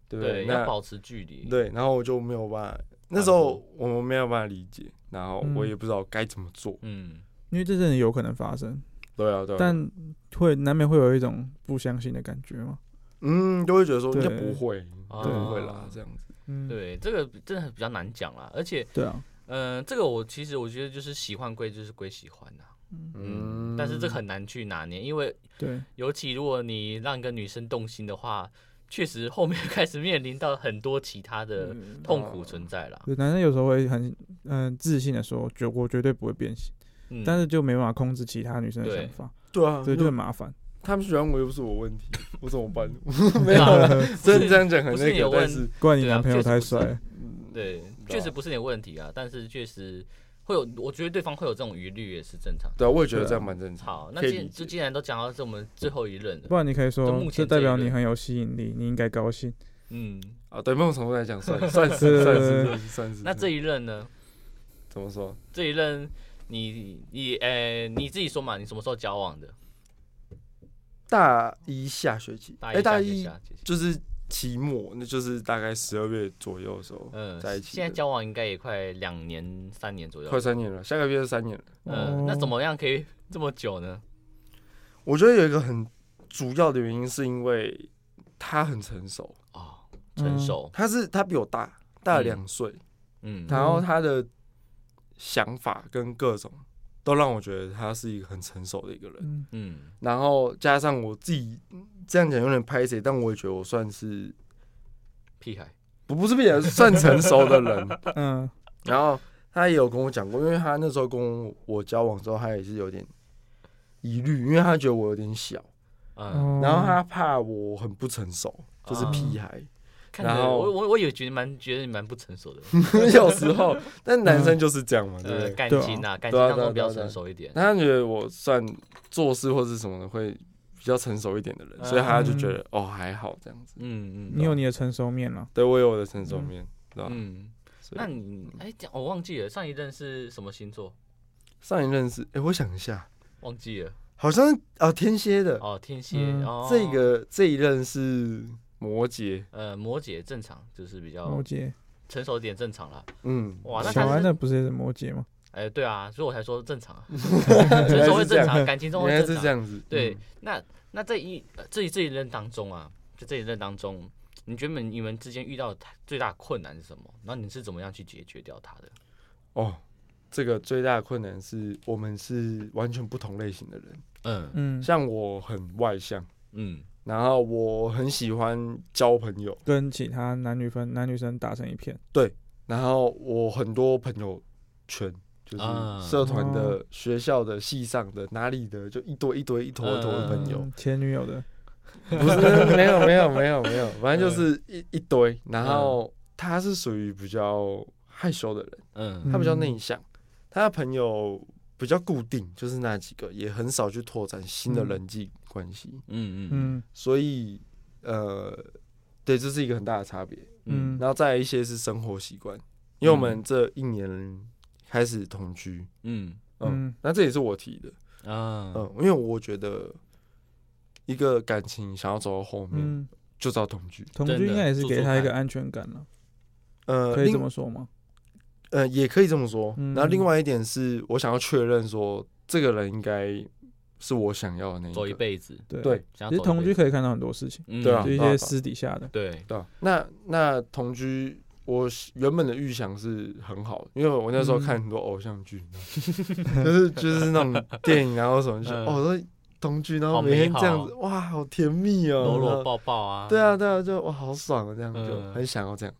[SPEAKER 2] 对不
[SPEAKER 1] 哦对，
[SPEAKER 2] 那
[SPEAKER 1] 要保持距离，
[SPEAKER 2] 对，然后我就没有办法，那时候我们没有办法理解，然后我也不知道该怎么做。
[SPEAKER 1] 嗯，
[SPEAKER 4] 因为这真的有可能发生，
[SPEAKER 2] 对啊，对啊，
[SPEAKER 4] 但会难免会有一种不相信的感觉嘛。
[SPEAKER 2] 嗯，就会觉得说
[SPEAKER 4] 对
[SPEAKER 2] 应该不会，
[SPEAKER 1] 啊
[SPEAKER 2] 就不会啦，这样子。
[SPEAKER 4] 嗯，
[SPEAKER 1] 对，这个真的比较难讲啦，而且，
[SPEAKER 4] 对啊，
[SPEAKER 1] 嗯、这个我其实我觉得就是喜欢归就是归喜欢呐、嗯，但是这很难去拿捏，因为
[SPEAKER 4] 对，
[SPEAKER 1] 尤其如果你让一个女生动心的话，确实后面开始面临到很多其他的
[SPEAKER 4] 嗯
[SPEAKER 1] 痛苦存在啦。
[SPEAKER 4] 对男生有时候会很嗯自信的说，绝我绝对不会变心，
[SPEAKER 1] 嗯，
[SPEAKER 4] 但是就没办法控制其他女生的
[SPEAKER 1] 对
[SPEAKER 4] 想法，
[SPEAKER 2] 对啊，
[SPEAKER 4] 所以就很
[SPEAKER 2] 因为
[SPEAKER 4] 麻烦。
[SPEAKER 2] 他们喜欢我又不是我问题，我怎么 办？没
[SPEAKER 1] 对
[SPEAKER 2] 有
[SPEAKER 1] 啊
[SPEAKER 2] 啦， 真的这样讲很
[SPEAKER 1] 不是
[SPEAKER 2] 那
[SPEAKER 1] 你有
[SPEAKER 2] 个，但
[SPEAKER 1] 问
[SPEAKER 2] 是
[SPEAKER 4] 怪你
[SPEAKER 1] 对啊
[SPEAKER 4] 男朋友
[SPEAKER 1] 确实
[SPEAKER 4] 太
[SPEAKER 1] 不是
[SPEAKER 4] 帅了，
[SPEAKER 1] 对，
[SPEAKER 2] 对啊
[SPEAKER 1] 确实不是你的问题啊，但是确实会有，我觉得对方会有这种疑虑也是正常的。
[SPEAKER 2] 对啊，我也觉得
[SPEAKER 4] 对啊
[SPEAKER 2] 这样蛮正常。
[SPEAKER 1] 好，那
[SPEAKER 2] 可以
[SPEAKER 1] 既然
[SPEAKER 2] 理解
[SPEAKER 1] 就既然都讲到这我们最后一任
[SPEAKER 4] 不
[SPEAKER 1] 了，
[SPEAKER 4] 然你可以
[SPEAKER 1] 就
[SPEAKER 4] 说
[SPEAKER 1] 目前这
[SPEAKER 4] 这代
[SPEAKER 1] 一
[SPEAKER 4] 表你
[SPEAKER 1] 轮
[SPEAKER 4] 很有吸引力，你应该高兴。
[SPEAKER 1] 嗯，
[SPEAKER 2] 啊，对某种程度来讲， 算算
[SPEAKER 4] 对
[SPEAKER 2] 是算
[SPEAKER 4] 对
[SPEAKER 2] 是
[SPEAKER 4] 对
[SPEAKER 2] 算是算是。
[SPEAKER 1] 那这一任呢？
[SPEAKER 2] 怎么说？
[SPEAKER 1] 这一任你你呃你自己说嘛，你什么时候交往的？
[SPEAKER 2] 大一下学期，
[SPEAKER 1] 大
[SPEAKER 2] 哎，
[SPEAKER 1] 一
[SPEAKER 2] 大
[SPEAKER 1] 下学期
[SPEAKER 2] 一
[SPEAKER 1] 啊，谢谢
[SPEAKER 2] 就是期末，那就是大概十二月左右的时候，
[SPEAKER 1] 嗯
[SPEAKER 2] 在一，起的
[SPEAKER 1] 现在交往应该也快两年三年左右
[SPEAKER 2] 快。三年了，下个月是三年了。
[SPEAKER 1] 嗯，那
[SPEAKER 4] 哦
[SPEAKER 1] 怎么样可以这么久呢？
[SPEAKER 2] 我觉得有一个很主要的原因是因为他很成熟，
[SPEAKER 1] 哦，成
[SPEAKER 4] 嗯
[SPEAKER 1] 熟，
[SPEAKER 2] 他是他比我大大两岁，
[SPEAKER 1] 嗯，
[SPEAKER 2] 然后他的想法跟各种都让我觉得他是一个很成熟的一个人。
[SPEAKER 4] 嗯，
[SPEAKER 1] 嗯
[SPEAKER 2] 然后加上我自己嗯这样讲有点拍谁，但我也觉得我算是
[SPEAKER 1] 屁孩，
[SPEAKER 2] 不不是比较算成熟的人。
[SPEAKER 4] 嗯，
[SPEAKER 2] 然后他也有跟我讲过，因为他那时候跟我交往之后，他也是有点疑虑，因为他觉得我有点小，
[SPEAKER 1] 嗯，
[SPEAKER 2] 然后他怕我很不成熟，就是
[SPEAKER 1] 啊
[SPEAKER 2] 屁孩。
[SPEAKER 1] 看着
[SPEAKER 2] 然后
[SPEAKER 1] 我我我也觉得蛮觉得你蛮不成 熟的，
[SPEAKER 2] 有时候，但男生就是这样嘛，对不
[SPEAKER 1] 呃，
[SPEAKER 2] 对？
[SPEAKER 1] 感
[SPEAKER 4] 对啊
[SPEAKER 1] 情啊，感情
[SPEAKER 2] 对啊
[SPEAKER 1] 当
[SPEAKER 2] 对啊
[SPEAKER 1] 中比
[SPEAKER 2] 对啊
[SPEAKER 1] 较
[SPEAKER 2] 对啊
[SPEAKER 1] 成熟一点，
[SPEAKER 2] 他觉得我算做事或是什么的会比较成熟一点的人，
[SPEAKER 1] 嗯
[SPEAKER 2] 所以他就觉得哦还好这样子。
[SPEAKER 1] 嗯嗯，
[SPEAKER 4] 你有你的成熟面了，
[SPEAKER 2] 对我有我的成熟面，对吧？
[SPEAKER 1] 嗯，
[SPEAKER 2] 所以
[SPEAKER 1] 那你哎，讲我忘记了上一任是什么星座，
[SPEAKER 2] 上一任是，哎，我想一下，
[SPEAKER 1] 忘记了
[SPEAKER 2] 好像啊天蝎的
[SPEAKER 1] 哦，天蝎
[SPEAKER 4] 嗯，
[SPEAKER 1] 哦，
[SPEAKER 2] 这个这一任是摩羯，
[SPEAKER 1] 呃摩羯正常，就是比较
[SPEAKER 4] 摩羯，
[SPEAKER 1] 成熟一点正常啦。
[SPEAKER 2] 嗯，
[SPEAKER 1] 哦哇那他
[SPEAKER 4] 小
[SPEAKER 1] 是
[SPEAKER 4] 安那不是也是摩羯吗？
[SPEAKER 1] 哎、对啊，所以我才说正常 啊，成熟会正常，感情中
[SPEAKER 2] 原
[SPEAKER 1] 会
[SPEAKER 2] 来
[SPEAKER 1] 正
[SPEAKER 2] 是
[SPEAKER 1] 常
[SPEAKER 2] 这。样子，
[SPEAKER 1] 对，
[SPEAKER 2] 嗯
[SPEAKER 1] 那那这一呃这一这一任当中啊，就这一任当中，你觉得你们之间遇到的最大的困难是什么？然后你是怎么样去解决掉它的？
[SPEAKER 2] 哦，这个最大的困难是我们是完全不同类型的人，
[SPEAKER 1] 嗯
[SPEAKER 4] 嗯，
[SPEAKER 2] 像我很外向，
[SPEAKER 1] 嗯
[SPEAKER 2] 然后我很喜欢交朋友，
[SPEAKER 4] 跟其他男女分男女生打成一片，
[SPEAKER 2] 然后我很多朋友圈。就是
[SPEAKER 1] 啊
[SPEAKER 2] 社团的、学校的、系上的、哪里的，就一堆一堆一坨一坨的朋友
[SPEAKER 4] 嗯，前女友的，
[SPEAKER 1] 嗯
[SPEAKER 2] 不是没有没有没有没有，反正就是一一堆。然后他是属于比较害羞的人，
[SPEAKER 1] 嗯
[SPEAKER 2] 他比较内
[SPEAKER 4] 嗯
[SPEAKER 2] 向，他的朋友比较固定，就是那几个，也很少去拓展新的
[SPEAKER 4] 嗯
[SPEAKER 2] 人际关系，
[SPEAKER 1] 嗯嗯
[SPEAKER 4] 嗯
[SPEAKER 2] 所以呃，对，这是一个很大的差别。
[SPEAKER 1] 嗯
[SPEAKER 4] 嗯
[SPEAKER 2] 然后再来一些是生活习惯，因为我们这一年开始同居，
[SPEAKER 1] 嗯
[SPEAKER 2] 嗯，
[SPEAKER 4] 嗯哦
[SPEAKER 2] 那这也是我提的，
[SPEAKER 1] 嗯啊
[SPEAKER 2] 嗯，因为我觉得一个感情想要走到后面，
[SPEAKER 4] 嗯，
[SPEAKER 2] 就是要同居，
[SPEAKER 4] 同
[SPEAKER 1] 真
[SPEAKER 4] 居
[SPEAKER 1] 的
[SPEAKER 4] 应该也是
[SPEAKER 1] 做
[SPEAKER 4] 给
[SPEAKER 1] 做
[SPEAKER 4] 他一
[SPEAKER 1] 看
[SPEAKER 4] 个安全感了，
[SPEAKER 2] 呃，
[SPEAKER 4] 可以
[SPEAKER 2] 另
[SPEAKER 4] 这么说吗？
[SPEAKER 2] 呃，也可以这么说。
[SPEAKER 4] 嗯
[SPEAKER 2] 然后另外一点是我想要确认说，这个人应该是我想要的那
[SPEAKER 1] 走一
[SPEAKER 2] 个。
[SPEAKER 1] 辈子，
[SPEAKER 4] 对啊
[SPEAKER 2] 对
[SPEAKER 1] 想要
[SPEAKER 4] 其实
[SPEAKER 1] 走一
[SPEAKER 4] 同居
[SPEAKER 1] 辈子，
[SPEAKER 4] 可以看到很多事情，
[SPEAKER 1] 嗯
[SPEAKER 2] 对啊
[SPEAKER 4] 就一些私底下的，
[SPEAKER 1] 对，
[SPEAKER 2] 对啊，那那同居，我原本的预想是很好，因为我那时候看
[SPEAKER 4] 嗯
[SPEAKER 2] 很多偶像剧， 就是就是那种电影，然后什么就
[SPEAKER 1] 嗯
[SPEAKER 2] 哦，说同居，然
[SPEAKER 1] 好
[SPEAKER 2] 后每
[SPEAKER 1] 美
[SPEAKER 2] 天这样
[SPEAKER 1] 好啊
[SPEAKER 2] 子，哇，好甜蜜
[SPEAKER 4] 嗯
[SPEAKER 2] 哦，
[SPEAKER 1] 搂
[SPEAKER 2] 然
[SPEAKER 1] 搂
[SPEAKER 2] 后
[SPEAKER 1] 抱抱啊，
[SPEAKER 2] 对啊，对啊，就哇，好爽啊，这样就
[SPEAKER 1] 嗯
[SPEAKER 2] 很想要这样。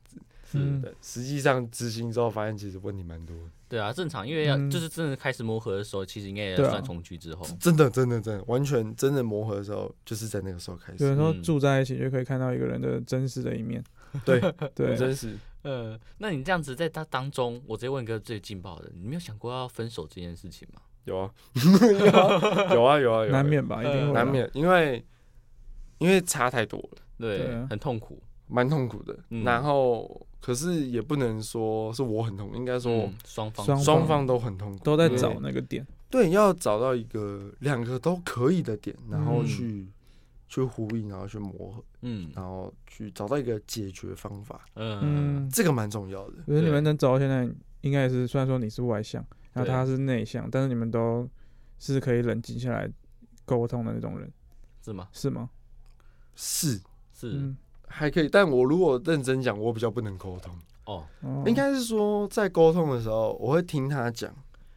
[SPEAKER 1] 是
[SPEAKER 4] 嗯
[SPEAKER 2] 对，实际上执行之后发现其实问题蛮多的，
[SPEAKER 1] 对啊，正常，因为要
[SPEAKER 4] 嗯
[SPEAKER 1] 就是真的开始磨合的时候，其实应该也
[SPEAKER 4] 对啊
[SPEAKER 1] 算同居之后，
[SPEAKER 2] 真的真的真的完全真的磨合的时候，就是在那个时候开
[SPEAKER 4] 有
[SPEAKER 2] 始，
[SPEAKER 4] 人说
[SPEAKER 1] 嗯
[SPEAKER 4] 住在一起就可以看到一个人的真实的一面，
[SPEAKER 2] 对，
[SPEAKER 4] 对
[SPEAKER 2] 很，真实。
[SPEAKER 1] 呃，那你这样子在当当中，我直接问一个最劲爆的，你没有想过要分手这件事情吗？
[SPEAKER 2] 有 啊，有啊，有啊，有啊，有啊
[SPEAKER 4] 难免吧，一定会
[SPEAKER 2] 难
[SPEAKER 4] 啊，
[SPEAKER 2] 免，因为因为差太多了，
[SPEAKER 1] 对
[SPEAKER 4] 对，啊
[SPEAKER 1] 很痛苦，
[SPEAKER 2] 蛮痛苦的。
[SPEAKER 1] 嗯
[SPEAKER 2] 然后可是也不能说是我很痛，应该说
[SPEAKER 1] 嗯双方
[SPEAKER 4] 双
[SPEAKER 2] 双方都很痛苦，
[SPEAKER 4] 都在
[SPEAKER 2] 因为
[SPEAKER 4] 找那个点，
[SPEAKER 2] 对，要找到一个两个都可以的点，然后去去呼应，然后去磨合，
[SPEAKER 1] 嗯
[SPEAKER 2] 然后去找到一个解决方法，
[SPEAKER 1] 嗯
[SPEAKER 4] 嗯，
[SPEAKER 2] 这个蛮重要的。
[SPEAKER 4] 可是你
[SPEAKER 1] 对
[SPEAKER 4] 们能走到现在，应该也是虽然说你是外向，然后
[SPEAKER 1] 对
[SPEAKER 4] 他是内向，但是你们都是可以冷静下来沟通的那种人，
[SPEAKER 1] 是吗？
[SPEAKER 4] 是吗？
[SPEAKER 2] 是
[SPEAKER 1] 是
[SPEAKER 4] 嗯，
[SPEAKER 2] 还可以，但我如果认真讲，我比较不能沟通，
[SPEAKER 1] 哦，
[SPEAKER 4] 哦
[SPEAKER 2] 应该是说在沟通的时候，我会听他讲。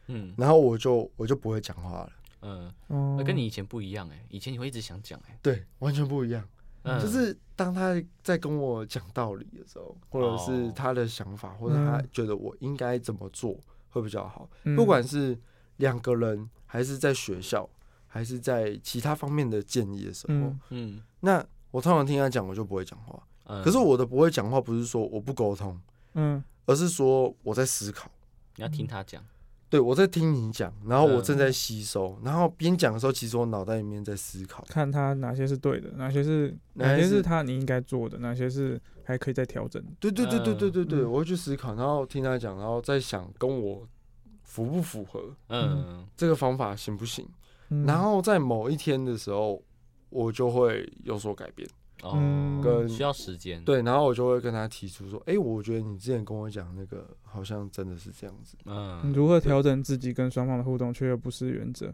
[SPEAKER 1] 嗯
[SPEAKER 2] 然后我就我就不会讲话了。
[SPEAKER 1] 嗯，
[SPEAKER 4] 哦
[SPEAKER 1] 那跟你以前不一样哎，以前你会一直想讲哎，
[SPEAKER 2] 对，完全不一样。
[SPEAKER 1] 嗯
[SPEAKER 2] 就是当他在跟我讲道理的时候，或者是
[SPEAKER 1] 哦
[SPEAKER 2] 他的想法，或者他
[SPEAKER 4] 嗯
[SPEAKER 2] 觉得我应该怎么做会比较好。不管是两个人，还是在学校，还是在其他方面的建议的时候，
[SPEAKER 4] 嗯
[SPEAKER 1] 嗯，
[SPEAKER 2] 那我通常听他讲，我就不会讲话。
[SPEAKER 1] 可
[SPEAKER 2] 可是我的不会讲话，不是说我不沟通，
[SPEAKER 4] 嗯
[SPEAKER 2] 而是说我在思考。
[SPEAKER 1] 你要听他讲，
[SPEAKER 2] 对，我在听你讲，然后我
[SPEAKER 1] 嗯
[SPEAKER 2] 正在吸收，然后边讲的时候，其实我脑袋里面在思考。
[SPEAKER 4] 看他哪些是对的，哪些是
[SPEAKER 2] 哪
[SPEAKER 4] 哪
[SPEAKER 2] 些
[SPEAKER 4] 些
[SPEAKER 2] 是
[SPEAKER 4] 是他你应该做的，哪些是还可以再调整的。
[SPEAKER 2] 对对对对对对对，
[SPEAKER 4] 嗯
[SPEAKER 2] 我会去思考，然后听他讲，然后再想跟我符不符合
[SPEAKER 1] 嗯
[SPEAKER 2] 这个方法行不行。
[SPEAKER 4] 嗯
[SPEAKER 2] 然后在某一天的时候，我就会有所改变。
[SPEAKER 1] 哦，
[SPEAKER 4] 嗯
[SPEAKER 2] 跟
[SPEAKER 1] 需要时间，，
[SPEAKER 2] 对，然后我就会跟他提出说，哎，我觉得你之前跟我讲那个好像真的是这样子。
[SPEAKER 4] 你
[SPEAKER 1] 嗯
[SPEAKER 4] 如何调整自己跟双方的互动，却又不是原则？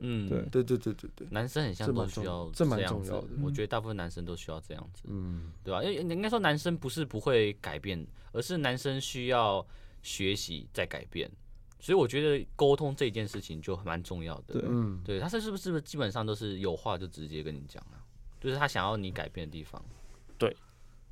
[SPEAKER 1] 嗯
[SPEAKER 4] 对
[SPEAKER 2] 对对对对对，
[SPEAKER 1] 男生很像
[SPEAKER 2] 这
[SPEAKER 1] 都
[SPEAKER 2] 蛮
[SPEAKER 1] 需
[SPEAKER 2] 重
[SPEAKER 1] 要
[SPEAKER 2] 这蛮
[SPEAKER 1] 样
[SPEAKER 2] 重
[SPEAKER 1] 子
[SPEAKER 2] 要的
[SPEAKER 1] 我觉得大部分男生都需要这样子，
[SPEAKER 2] 嗯，
[SPEAKER 1] 对吧、因为应该说男生不是不会改变，而是男生需要学习再改变。所以我觉得沟通这件事情就蛮重要的。
[SPEAKER 4] 对
[SPEAKER 2] 嗯，
[SPEAKER 1] 对，他是是不是基本上都是有话就直接跟你讲啊？就是他想要你改变的地方。
[SPEAKER 2] 对，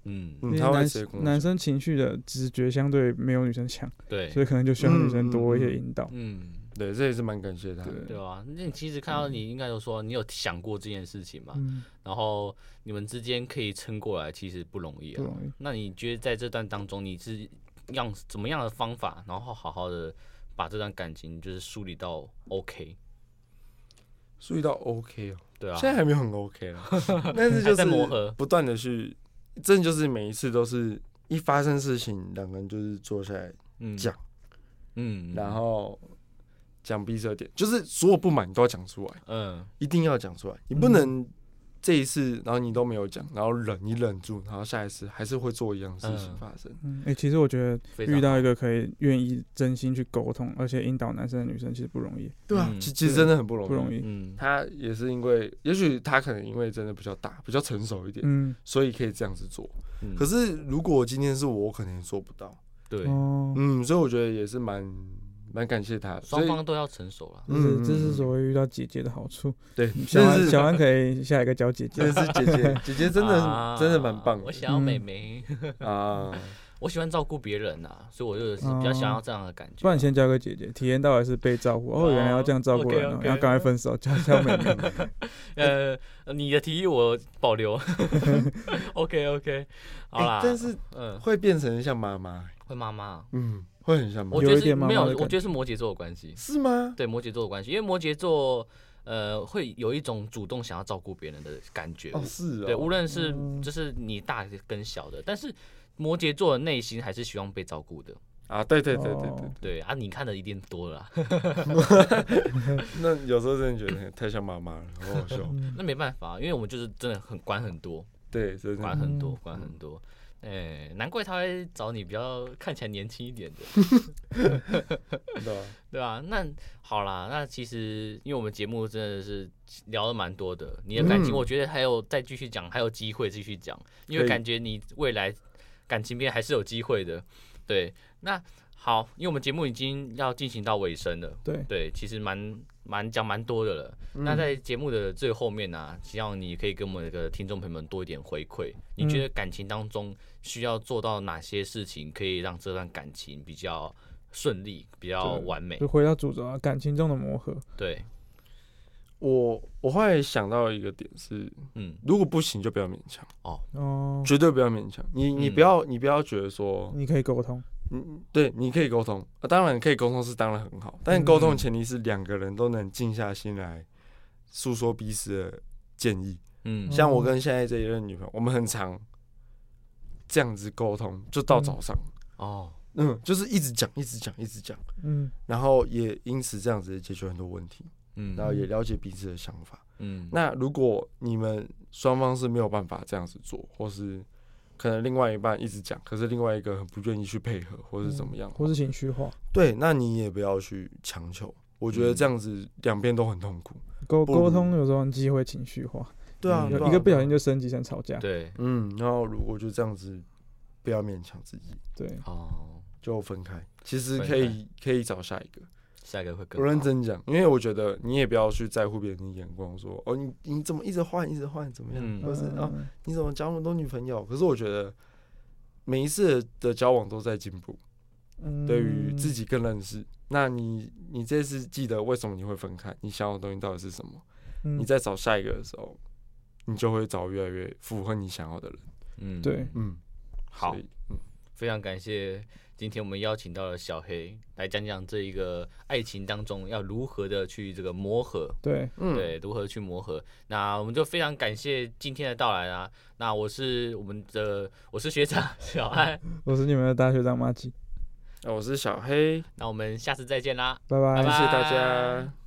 [SPEAKER 1] 嗯，
[SPEAKER 2] 嗯，
[SPEAKER 4] 因为
[SPEAKER 2] 他会
[SPEAKER 4] 男
[SPEAKER 2] 直接跟我
[SPEAKER 4] 男
[SPEAKER 2] 讲
[SPEAKER 4] 生情绪的直觉相对没有女生强，
[SPEAKER 1] 对，
[SPEAKER 4] 所以可能就需要女生
[SPEAKER 2] 嗯
[SPEAKER 4] 多一
[SPEAKER 2] 嗯
[SPEAKER 4] 些
[SPEAKER 2] 嗯
[SPEAKER 4] 引导。
[SPEAKER 1] 嗯，
[SPEAKER 2] 对，这也是蛮感谢他的。
[SPEAKER 1] 对
[SPEAKER 4] 对，
[SPEAKER 1] 啊。那你其实看到
[SPEAKER 2] 嗯
[SPEAKER 1] 你应该有说你有想过这件事情嘛？
[SPEAKER 4] 嗯，
[SPEAKER 1] 然后你们之间可以撑过来，其实不容易
[SPEAKER 4] 不
[SPEAKER 1] 啊。
[SPEAKER 4] 容易。
[SPEAKER 1] 那你觉得在这段当中，你是用怎么样的方法，然后好好的把这段感情就是梳理到 OK？
[SPEAKER 2] 注意到 OK 哦，
[SPEAKER 1] 对啊，
[SPEAKER 2] 现在还没有很 OK 了，但是就
[SPEAKER 1] 还在
[SPEAKER 2] 是
[SPEAKER 1] 磨合，
[SPEAKER 2] 不断的去，真的就是每一次都是一发生事情，两个人就是坐下来。
[SPEAKER 1] 嗯
[SPEAKER 2] 讲，
[SPEAKER 1] 嗯，
[SPEAKER 2] 然后讲闭塞点，就是所有不满都要讲出来，
[SPEAKER 1] 嗯
[SPEAKER 2] 一定要讲出来，你不能这一次，然后你都没有讲，然后忍你忍住，然后下一次还是会做一样的事情
[SPEAKER 1] 嗯
[SPEAKER 2] 发生。
[SPEAKER 4] 嗯，哎、其实我觉得
[SPEAKER 1] 非常
[SPEAKER 4] 遇到一个可以愿意真心去沟通，而且引导男生的女生其实不容易，
[SPEAKER 2] 对啊
[SPEAKER 1] 嗯，
[SPEAKER 2] 其其实真的很不容易。
[SPEAKER 4] 不容易。
[SPEAKER 1] 嗯，
[SPEAKER 2] 他也是因为，也许他可能因为真的比较大，比较成熟一点，
[SPEAKER 4] 嗯，
[SPEAKER 2] 所以可以这样子做。
[SPEAKER 1] 嗯
[SPEAKER 2] 可是如果今天是我，我可能也做不到。
[SPEAKER 1] 对
[SPEAKER 4] 哦，
[SPEAKER 2] 嗯，所以我觉得也是蛮蛮感谢他的。所
[SPEAKER 1] 双
[SPEAKER 2] 以
[SPEAKER 1] 方都要成熟了。
[SPEAKER 4] 这
[SPEAKER 2] 嗯
[SPEAKER 4] 是这
[SPEAKER 2] 嗯
[SPEAKER 4] 是
[SPEAKER 2] 嗯
[SPEAKER 4] 所谓遇到姐姐的好处。
[SPEAKER 2] 对，
[SPEAKER 4] 小
[SPEAKER 2] 但
[SPEAKER 4] 安
[SPEAKER 2] 是
[SPEAKER 4] 小安可以下一个教姐姐
[SPEAKER 2] 真。的是姐姐，姐姐真的 很、
[SPEAKER 1] 啊
[SPEAKER 2] 真的蛮棒
[SPEAKER 1] 我
[SPEAKER 2] 的
[SPEAKER 1] 想要
[SPEAKER 4] 嗯
[SPEAKER 1] 妹妹，
[SPEAKER 2] 啊！
[SPEAKER 1] 我喜欢照顾别人呐、啊所以我就是比较想要这样的感觉。
[SPEAKER 4] 哦不然你先交个姐姐，体验到底是被照顾。哦，原来要这样照顾人哦，
[SPEAKER 1] OK，OK
[SPEAKER 4] 然后赶快分手，交 交妹妹。
[SPEAKER 1] 呃，你的提议我保 留。OK OK，好啦。
[SPEAKER 2] 哎但是
[SPEAKER 1] 嗯，
[SPEAKER 2] 会变成像妈妈，
[SPEAKER 1] 会妈妈，
[SPEAKER 2] 嗯，会很像妈
[SPEAKER 1] 我
[SPEAKER 2] 妈，
[SPEAKER 1] 觉得
[SPEAKER 4] 有一
[SPEAKER 1] 是
[SPEAKER 4] 点妈妈
[SPEAKER 1] 没有，
[SPEAKER 4] 的感觉
[SPEAKER 1] 我觉得是摩羯座的关系。
[SPEAKER 2] 是吗？
[SPEAKER 1] 对摩羯座的关系，因为摩羯座呃会有一种主动想要照顾别人的感觉，
[SPEAKER 2] 哦，是
[SPEAKER 1] 对，无
[SPEAKER 2] 哦，
[SPEAKER 1] 论是
[SPEAKER 4] 嗯
[SPEAKER 1] 就是你大跟小的，但是摩羯座的内心还是希望被照顾的。
[SPEAKER 2] 啊，对对对对对
[SPEAKER 4] 哦，
[SPEAKER 1] 对啊，你看的一定多了啦，
[SPEAKER 2] 那有时候真的觉得太像妈妈了，好 好笑。
[SPEAKER 1] 那没办法，因为我们就是真的很管很多，
[SPEAKER 2] 对，真
[SPEAKER 1] 管
[SPEAKER 2] 的，
[SPEAKER 1] 很多
[SPEAKER 4] 嗯，
[SPEAKER 1] 管很多。哎、难怪他会找你比较看起来年轻一点的，
[SPEAKER 2] 对啊
[SPEAKER 1] 对吧、那好啦，那其实因为我们节目真的是聊了蛮多的，你的感情，
[SPEAKER 2] 嗯
[SPEAKER 1] 我觉得还有再继续讲，还有机会继续讲，因
[SPEAKER 2] 可
[SPEAKER 1] 为
[SPEAKER 2] 以
[SPEAKER 1] 感觉你未来感情片还是有机会的。对，那好，因为我们节目已经要进行到尾声了，
[SPEAKER 4] 对，
[SPEAKER 1] 对，其实蛮蛮讲蛮多的了。那在节目的最后面呢、啊希望你可以给我们的听众朋友们多一点回馈。你觉得感情当中需要做到哪些事情，可以让这段感情比较顺利、比较
[SPEAKER 4] 对
[SPEAKER 1] 完美
[SPEAKER 4] 就？回到主轴啊，感情中的磨合。
[SPEAKER 1] 对，
[SPEAKER 2] 我我后来想到一个点是，
[SPEAKER 1] 嗯，
[SPEAKER 2] 如果不行就不要勉强，
[SPEAKER 4] 哦，
[SPEAKER 2] 绝对不要勉强。你你
[SPEAKER 1] 嗯
[SPEAKER 2] 不要你不要觉得说，
[SPEAKER 4] 你可以沟通。
[SPEAKER 2] 嗯，对，你可以沟通，啊当然可以沟通是当然很好，但沟通的前提是两个人都能静下心来诉说彼此的建议。
[SPEAKER 1] 嗯，
[SPEAKER 2] 像我跟现在这一任女朋友，我们很常这样子沟通，就到早上，
[SPEAKER 1] 哦，
[SPEAKER 2] 嗯，就是一直讲，一直讲，一直讲，
[SPEAKER 4] 嗯，
[SPEAKER 2] 然后也因此这样子解决很多问题，
[SPEAKER 1] 嗯，
[SPEAKER 2] 然后也了解彼此的想法。
[SPEAKER 1] 嗯，
[SPEAKER 2] 那如果你们双方是没有办法这样子做，或是可能另外一半一直讲，可是另外一个很不愿意去配合，或是怎么样，
[SPEAKER 4] 嗯或是情绪化，
[SPEAKER 2] 对，那你也不要去强求。我觉
[SPEAKER 1] 嗯
[SPEAKER 2] 得这样子两边都很痛苦。
[SPEAKER 4] 沟
[SPEAKER 2] 不如
[SPEAKER 4] 沟通有时候很忌讳情绪化，
[SPEAKER 2] 对啊，
[SPEAKER 1] 嗯
[SPEAKER 2] 对啊
[SPEAKER 4] 有一个不小心，就升级成吵架。
[SPEAKER 1] 对，
[SPEAKER 2] 嗯，然后如果就这样子，不要勉强自己，
[SPEAKER 4] 对，
[SPEAKER 1] 哦，
[SPEAKER 2] 就分开。其实
[SPEAKER 1] 分
[SPEAKER 2] 可以可以找下一个。
[SPEAKER 1] 下一个会更
[SPEAKER 2] 我认
[SPEAKER 1] 好，
[SPEAKER 2] 真讲，因为我觉得你也不要去在乎别人的眼光说哦，你你怎么一直换，一直换，怎么样？
[SPEAKER 1] 嗯
[SPEAKER 2] 或是哦，
[SPEAKER 4] 嗯
[SPEAKER 2] 你怎么交那么多女朋友？可是我觉得每一次的交往都在进步，
[SPEAKER 4] 嗯
[SPEAKER 2] 对于自己更认识。那你你这次记得为什么你会分开？你想要的东西到底是什么？
[SPEAKER 4] 嗯
[SPEAKER 2] 你在找下一个的时候，你就会找越来越符合你想要的人。
[SPEAKER 1] 嗯，
[SPEAKER 4] 对，
[SPEAKER 2] 嗯，
[SPEAKER 1] 好
[SPEAKER 2] 所以，，嗯，
[SPEAKER 1] 非常感谢今天我们邀请到了小黑来讲讲这一个爱情当中要如何的去这个磨合，
[SPEAKER 4] 对，
[SPEAKER 2] 嗯
[SPEAKER 1] 对，如何去磨合。那我们就非常感谢今天的到来啊。那我是我们的我是学长小安，
[SPEAKER 4] 我是你们的大学长马吉，
[SPEAKER 2] 那我是小黑，
[SPEAKER 1] 那我们下次再见啦，
[SPEAKER 4] 拜
[SPEAKER 1] 拜。
[SPEAKER 4] 拜
[SPEAKER 2] 谢谢大家。